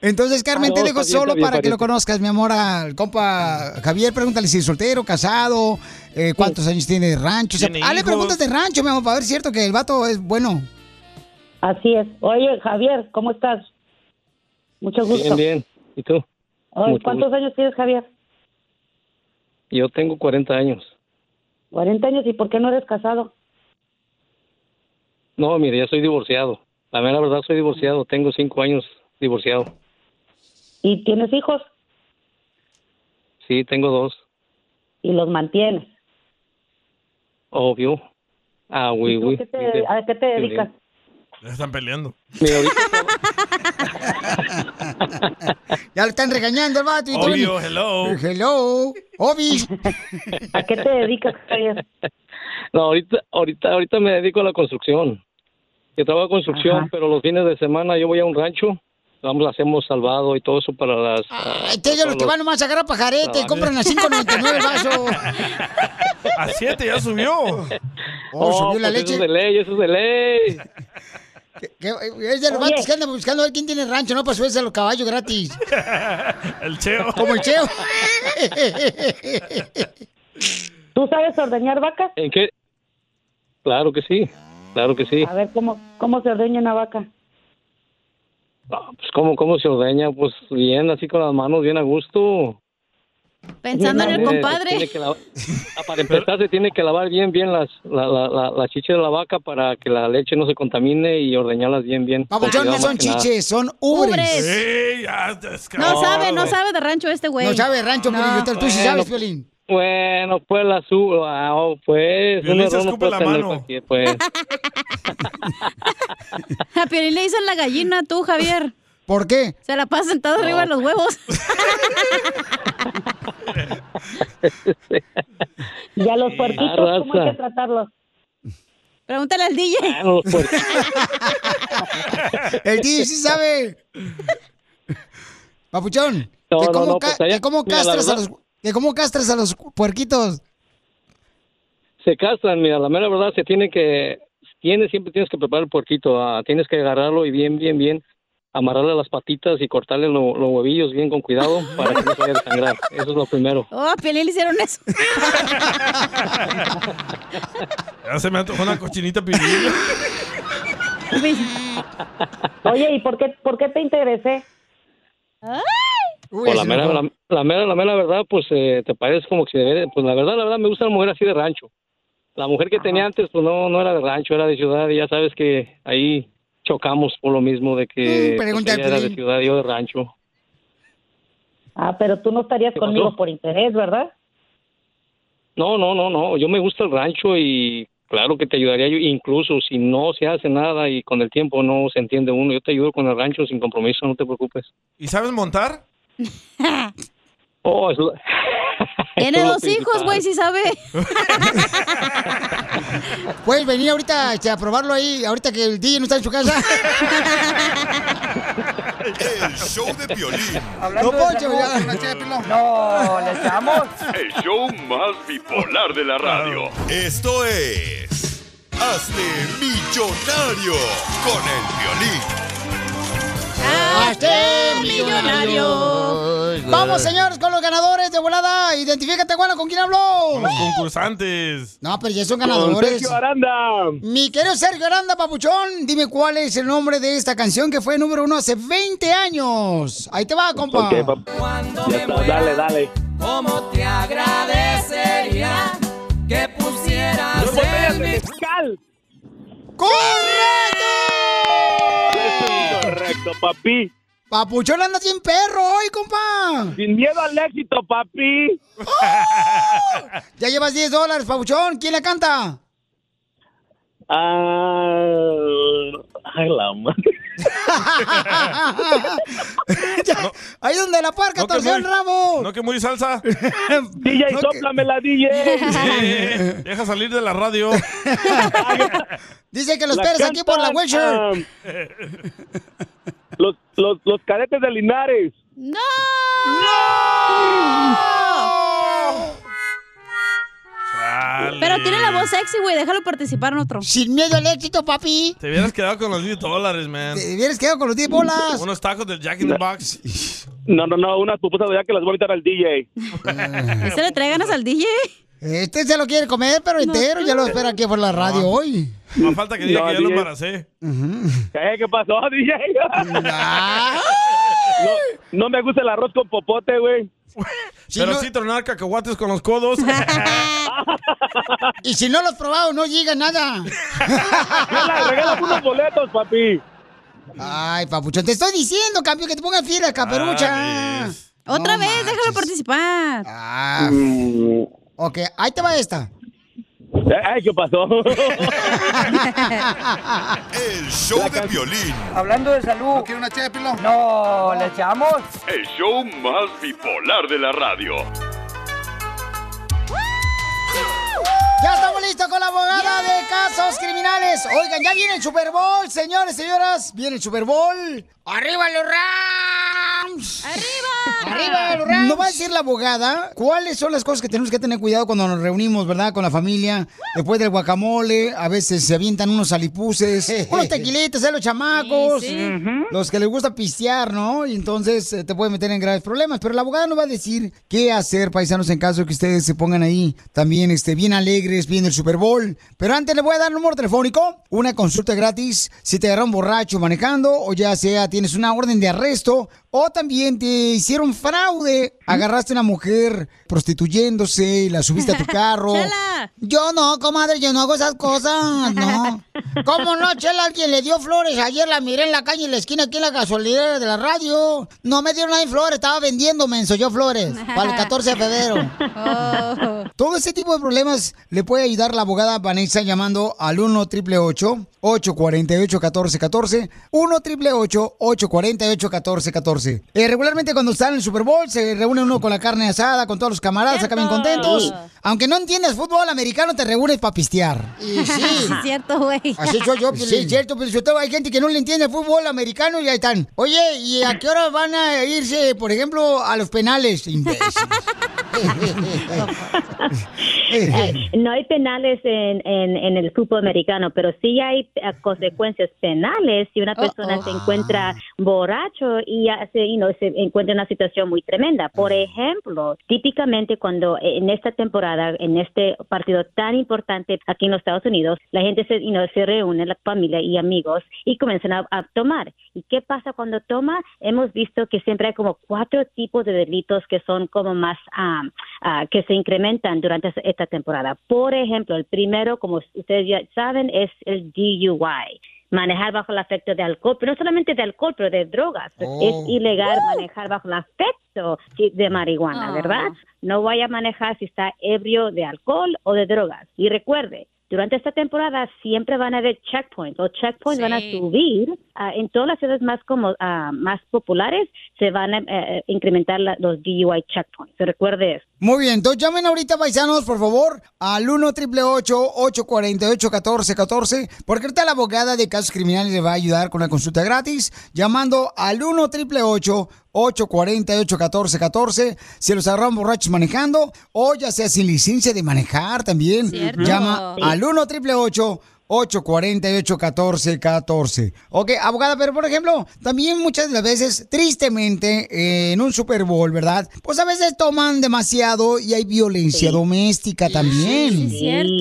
Entonces, Carmen, Ah, te no, dejo está bien, solo está bien, para que pariente. lo conozcas, mi amor, al compa Javier. Pregúntale si es soltero, casado, eh, cuántos años tiene de rancho. O sea, ¿Tiene hazle hijos? preguntas de rancho, mi amor, para ver si es cierto que el vato es bueno. Así es. Oye, Javier, ¿cómo estás? Mucho gusto. Bien, bien. ¿Y tú? Ay, Mucho ¿Cuántos gusto. años tienes, Javier? Yo tengo 40 años. 40 años. ¿Y por qué no eres casado? No, mire, ya soy divorciado. La mera verdad, soy divorciado. Tengo cinco años divorciado. ¿Y tienes hijos? Sí, tengo dos. y los mantienes. Obvio. Ah, ¿Y güey, tú güey. qué te- ¿A qué te dedicas? Ya están peleando. Mira, ahorita- Ya lo están regañando el vato. y todo. Obvio, hello. Hello. Obi. ¿A qué te dedicas, Javier? No, ahorita, ahorita, ahorita me dedico a la construcción. Yo trabajo en construcción, pero los fines de semana yo voy a un rancho. Vamos, hacemos salvado y todo eso para las... ah, Ustedes ya los que todos van nomás a agarrar pajarete y No, compran a 5.99 el vaso. A siete ya subió. Oh, Oh, subió la pues leche. Eso es de ley, eso es de ley. Que- Es de los Oye. vatos que andan buscando a ver quién tiene rancho, no para subirse a los caballos gratis. El cheo. Como el cheo. ¿Tú sabes ordeñar vacas? ¿En qué? Claro que sí, claro que sí. A ver, ¿cómo, cómo se ordeña una vaca? Ah, pues ¿cómo, ¿Cómo se ordeña? Pues bien, así con las manos, bien a gusto. Pensando en el Tiene- compadre. tiene que lavar- ah, para empezar, se tiene que lavar bien, bien las, la, la, la, la chicha de la vaca para que la leche no se contamine y ordeñarlas bien, bien. Con Papuchón, cuidado, no son más que nada. chiches, son ubres. Ubres. No sabe, no sabe de rancho este güey. No sabe de rancho, Piolín, yo te- tú sí sabes, Piolín. Bueno, pues la subo. Ah, oh, pues. Violín un se error no escupe puede la tener mano. cualquier, pues. A Piolín le dicen la gallina tú, Javier. ¿Por qué? Se la pasa sentado arriba de los huevos. ¿Y a los puerquitos cómo hay Ah, raza. que tratarlos? Pregúntale al DJ. Bueno, pues, El DJ sí sabe. Papuchón, No, ¿que no, cómo, no, ca- pues allá- que cómo mira, la castras a verdad- los que cómo castras a los puerquitos? se casan, mira, la mera verdad se tiene que, tiene, siempre tienes que preparar el puerquito, ah, tienes que agarrarlo y bien, bien, bien, amarrarle las patitas y cortarle lo- los huevillos bien con cuidado para que no se vaya a desangrar. Eso es lo primero. Oh, a Piolín le hicieron eso. Ya se me antojó una cochinita pibil. Oye, ¿y por qué, por qué te interesé? Pues la mera, la, la mera, la mera verdad, pues eh, te parece como que se debe, pues la verdad, la verdad, me gusta la mujer así de rancho. La mujer que tenía antes, pues no, no era de rancho, era de ciudad y ya sabes que ahí chocamos por lo mismo de que Mm, pues, pregunta al ella era de Piolín. ciudad y yo de rancho. Ah, pero tú no estarías conmigo por interés, ¿verdad? No, no, no, no. Yo me gusta el rancho y claro que te ayudaría yo. Incluso si no se hace nada y con el tiempo no se entiende uno, yo te ayudo con el rancho sin compromiso, no te preocupes. ¿Y sabes montar? Oh, es lo- Tiene Eso es lo dos hijos, güey, sí sabe. Puedes venir ahorita este, a probarlo ahí, ahorita que el DJ no está en su casa. El show de violín. No, Poncho, ya. No, ¿le echamos? El show más bipolar de la radio. Esto es. Hazte millonario con el violín. ¡Hazte millonario! Vamos, señores, con los ganadores de volada. Identifícate, bueno, ¿con quién habló? Los concursantes. No, pero ya son ganadores. Mi querido Sergio Aranda, papuchón, dime cuál es el nombre de esta canción que fue número uno hace 20 años. Ahí te va, compa. Ok, pap- Ya está, dale, dale. ¿Cómo te agradecería que pusieras el mezcal? ¡Correcto! Correcto, papi. Papuchón anda sin perro hoy, compa. Sin miedo al éxito, papi. Ya llevas 10 dólares, papuchón. ¿Quién la canta? Ah, ay, la madre. Ya, Ahí donde la puerca torció el rabo. No que muy salsa. DJ, sóplame la DJ. Eh, deja salir de la radio. Dice que lo La esperes aquí por la cantan, Wesher. Los, los, los cadetes de Linares. ¡No! Pero tiene la voz sexy, güey. Déjalo participar en otro. Sin miedo al éxito, papi. Te hubieras quedado con los 10 dólares, man. Te hubieras quedado con los 10 bolas. Unos tacos del Jack in the Box. No, no, no, unas pupusas de allá que las voy a quitar al DJ. ¿Ese le trae ganas al DJ? Este se lo quiere comer, pero entero. Ya lo espera aquí por la radio hoy. No falta que diga No, que ya lo DJ. embaracé. Eh, ¿Qué pasó, DJ? No, no me gusta el arroz con popote, güey. Pero sí tronar cacahuates con los codos. Y si no lo has probado, no llega nada. Regala, regala unos boletos, papi. Ah, Ah, Ah, Ay, papuchón, te estoy diciendo, campeón, que te pongas fiera, caperucha. Otra vez, déjalo participar. Ah. Ok, ahí te va esta. Mm. Ay, ¿qué pasó? El show de violín. Hablando de salud. ¿No quiere una ché No, ¿le echamos? El show más bipolar de la radio. Ya estamos listos con la abogada de casos criminales. Oigan, ya viene el Super Bowl, señores, señoras. Viene el Super Bowl. ¡Arriba los Rams! ¡Arriba! ¡Arriba los Rams! Nos Ah, va a decir la abogada cuáles son las cosas que tenemos que tener cuidado cuando nos reunimos, ¿verdad? Con la familia. Después del guacamole, a veces se avientan unos alipuces, unos tequilitos, ¿eh? Los chamacos. Sí, sí. Ujú. Los que les gusta pistear, ¿no? Y entonces eh, te puede meter en graves problemas. Pero la abogada nos va a decir qué hacer, paisanos, en caso de que ustedes se pongan ahí también este, bien alegres, viendo el Super Bowl. Pero antes le voy a dar un número telefónico, una consulta gratis, si te agarraron borracho manejando, o ya sea tienes una orden de arresto, o también te hicieron fraude, agarraste a una mujer prostituyéndose y la subiste a tu carro. Yo no, comadre, yo no hago esas cosas, no. ¿Cómo no, Chela? Alguien le dio flores. Ayer la miré en la calle, en la esquina, aquí en la gasolinera de la radio. No me dieron ahí flores, estaba vendiendo, menso, yo flores, para el 14 de febrero. Todo ese tipo de problemas le puede ayudar la abogada Vanessa llamando al 1 888 848 1414 1 888 848 1414 Eh, Regularmente cuando están en el Super Bowl se reúne uno con la carne asada, con todos los camaradas, acá bien contentos. Aunque no entiendes fútbol americano, te reúnes para pistear. Y sí. Sí, es cierto, güey. Así soy yo, Piolín, Sí. cierto, pero yo tengo- hay gente que no le entiende el fútbol americano y ahí están. Oye, ¿y a qué hora van a irse, por ejemplo, a los penales? Imbécil. Eh, no hay penales en, en, en el fútbol americano, pero sí hay eh, consecuencias penales si una persona se encuentra borracho y hace, you know, se encuentra en una situación muy tremenda. Por ejemplo, típicamente cuando en esta temporada, en este partido tan importante aquí en los Estados Unidos, la gente se, you know, se reúne, la familia y amigos, y comienzan a, a tomar. ¿Y qué pasa cuando toma? Hemos visto que siempre hay como cuatro tipos de delitos que son como más ah, ah, que se incrementan durante es- esta temporada. Por ejemplo, el primero, como ustedes ya saben, es el DUI. Manejar bajo el afecto de alcohol, pero no solamente de alcohol, pero de drogas. Es ilegal manejar bajo el afecto sí, de marihuana, Ah. ¿verdad? No vaya a manejar si está ebrio de alcohol o de drogas. Y recuerde, durante esta temporada siempre van a haber checkpoints. Los checkpoints van a Sí. subir. ah, en todas las ciudades más, como, ah, más populares se van a eh, incrementar la- los DUI checkpoints. Recuerde eso. Muy bien, entonces llamen ahorita, paisanos, por favor, al 1 888 848 1414 porque ahorita la abogada de casos criminales le va a ayudar con la consulta gratis, llamando al 1 888 848 1414 si los agarran borrachos manejando, o ya sea sin licencia de manejar también, Cierto. llama Sí. al 1 888 848-1414. Ok, abogada, pero por ejemplo, también muchas de las veces, tristemente, eh, en un Super Bowl, ¿verdad? Pues a veces toman demasiado y hay violencia doméstica también. Sí, sí,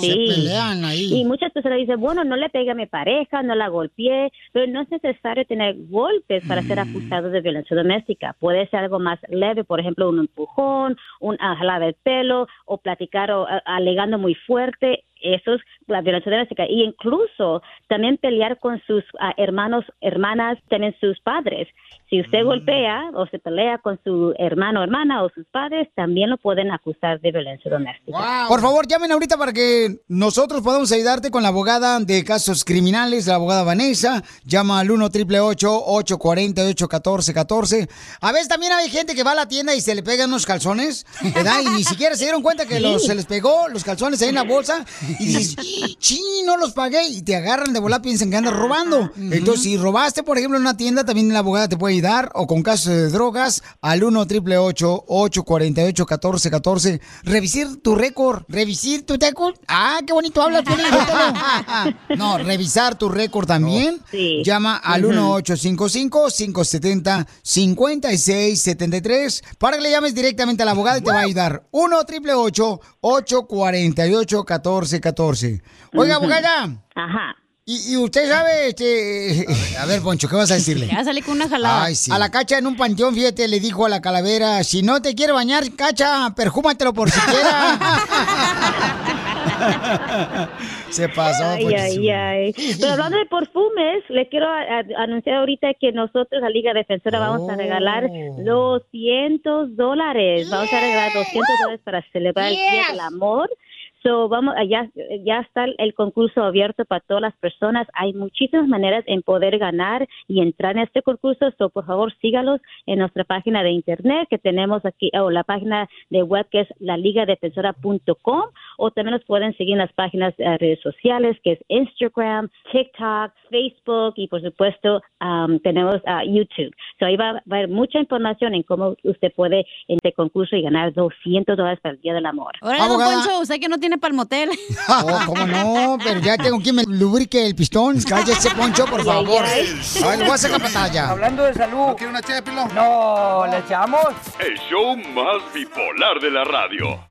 sí. Se pelean ahí. Y muchas personas dicen, bueno, no le pegué a mi pareja, no la golpeé, pero no es necesario tener golpes para ser Mm. acusado de violencia doméstica. Puede ser algo más leve, por ejemplo, un empujón, un ah, jalada del pelo o platicar o, ah, alegando muy fuerte. Eso es la violencia doméstica. Y incluso también pelear con sus ah, hermanos, hermanas, también sus padres. Si Mm. usted golpea o se pelea con su hermano, hermana o sus padres, también lo pueden acusar de violencia doméstica. Por favor, llamen ahorita para que nosotros podamos ayudarte con la abogada de casos criminales, la abogada Vanessa. Llama al 1 888 848 1414 A veces también hay gente que va a la tienda y se le pegan los calzones, ¿verdad? Y ni siquiera se dieron cuenta que los- se les pegó los calzones ahí en la bolsa. Y dices, sí, no los pagué. Y te agarran de volar, piensan que andas robando. Entonces, si robaste, por ejemplo, en una tienda, también la abogada te puede ayudar. O con casos de drogas, al 1 888 848 1414 Revisir tu récord. Revisir tu récord. Ah, qué bonito hablas, Piolín, Sotelo. No, revisar tu récord también. Llama al Ujú. 1-855-570-5673 para que le llames directamente a la abogada y te va a ayudar. 1 888 848 1414 Oiga, Ujú. abogada. Ajá. Y, y usted sabe, este, a ver, Poncho, ¿qué vas a decirle? Ya va a salir con una jalada. Ay, sí. A la cacha en un panteón, fíjate, le dijo a la calavera, si no te quiere bañar, cacha, perjúmatelo por siquiera. Se pasó, pues, Ay, ay, ay. Pero hablando de perfumes, les quiero a- a- anunciar ahorita que nosotros, la Liga Defensora, vamos a regalar 200 dólares. Vamos a regalar 200 dólares para celebrar el Día del Yes. Amor. So, vamos, eh, ya, ya está el concurso abierto para todas las personas. Hay muchísimas maneras en poder ganar y entrar en este concurso. So, por favor, sígalos en nuestra página de internet que tenemos aquí, o la página de web que es laligadefensora.com, o también nos pueden seguir en las páginas de redes sociales que es Instagram, TikTok, Facebook y, por supuesto, um, tenemos ah, YouTube. So, ahí va, va a haber mucha información en cómo usted puede en este concurso y ganar 200 dólares para el Día del Amor. Ahora, don Poncho, usted que no tiene para el motel. Oh, ¿cómo no? Pero ya tengo quien me lubrique el pistón. Cállese, Poncho, por favor. Ay, ay. Ay, le voy a sacar pantalla. Hablando de salud. ¿No quiere una ché de pilón? No, ¿le echamos? El show más bipolar de la radio.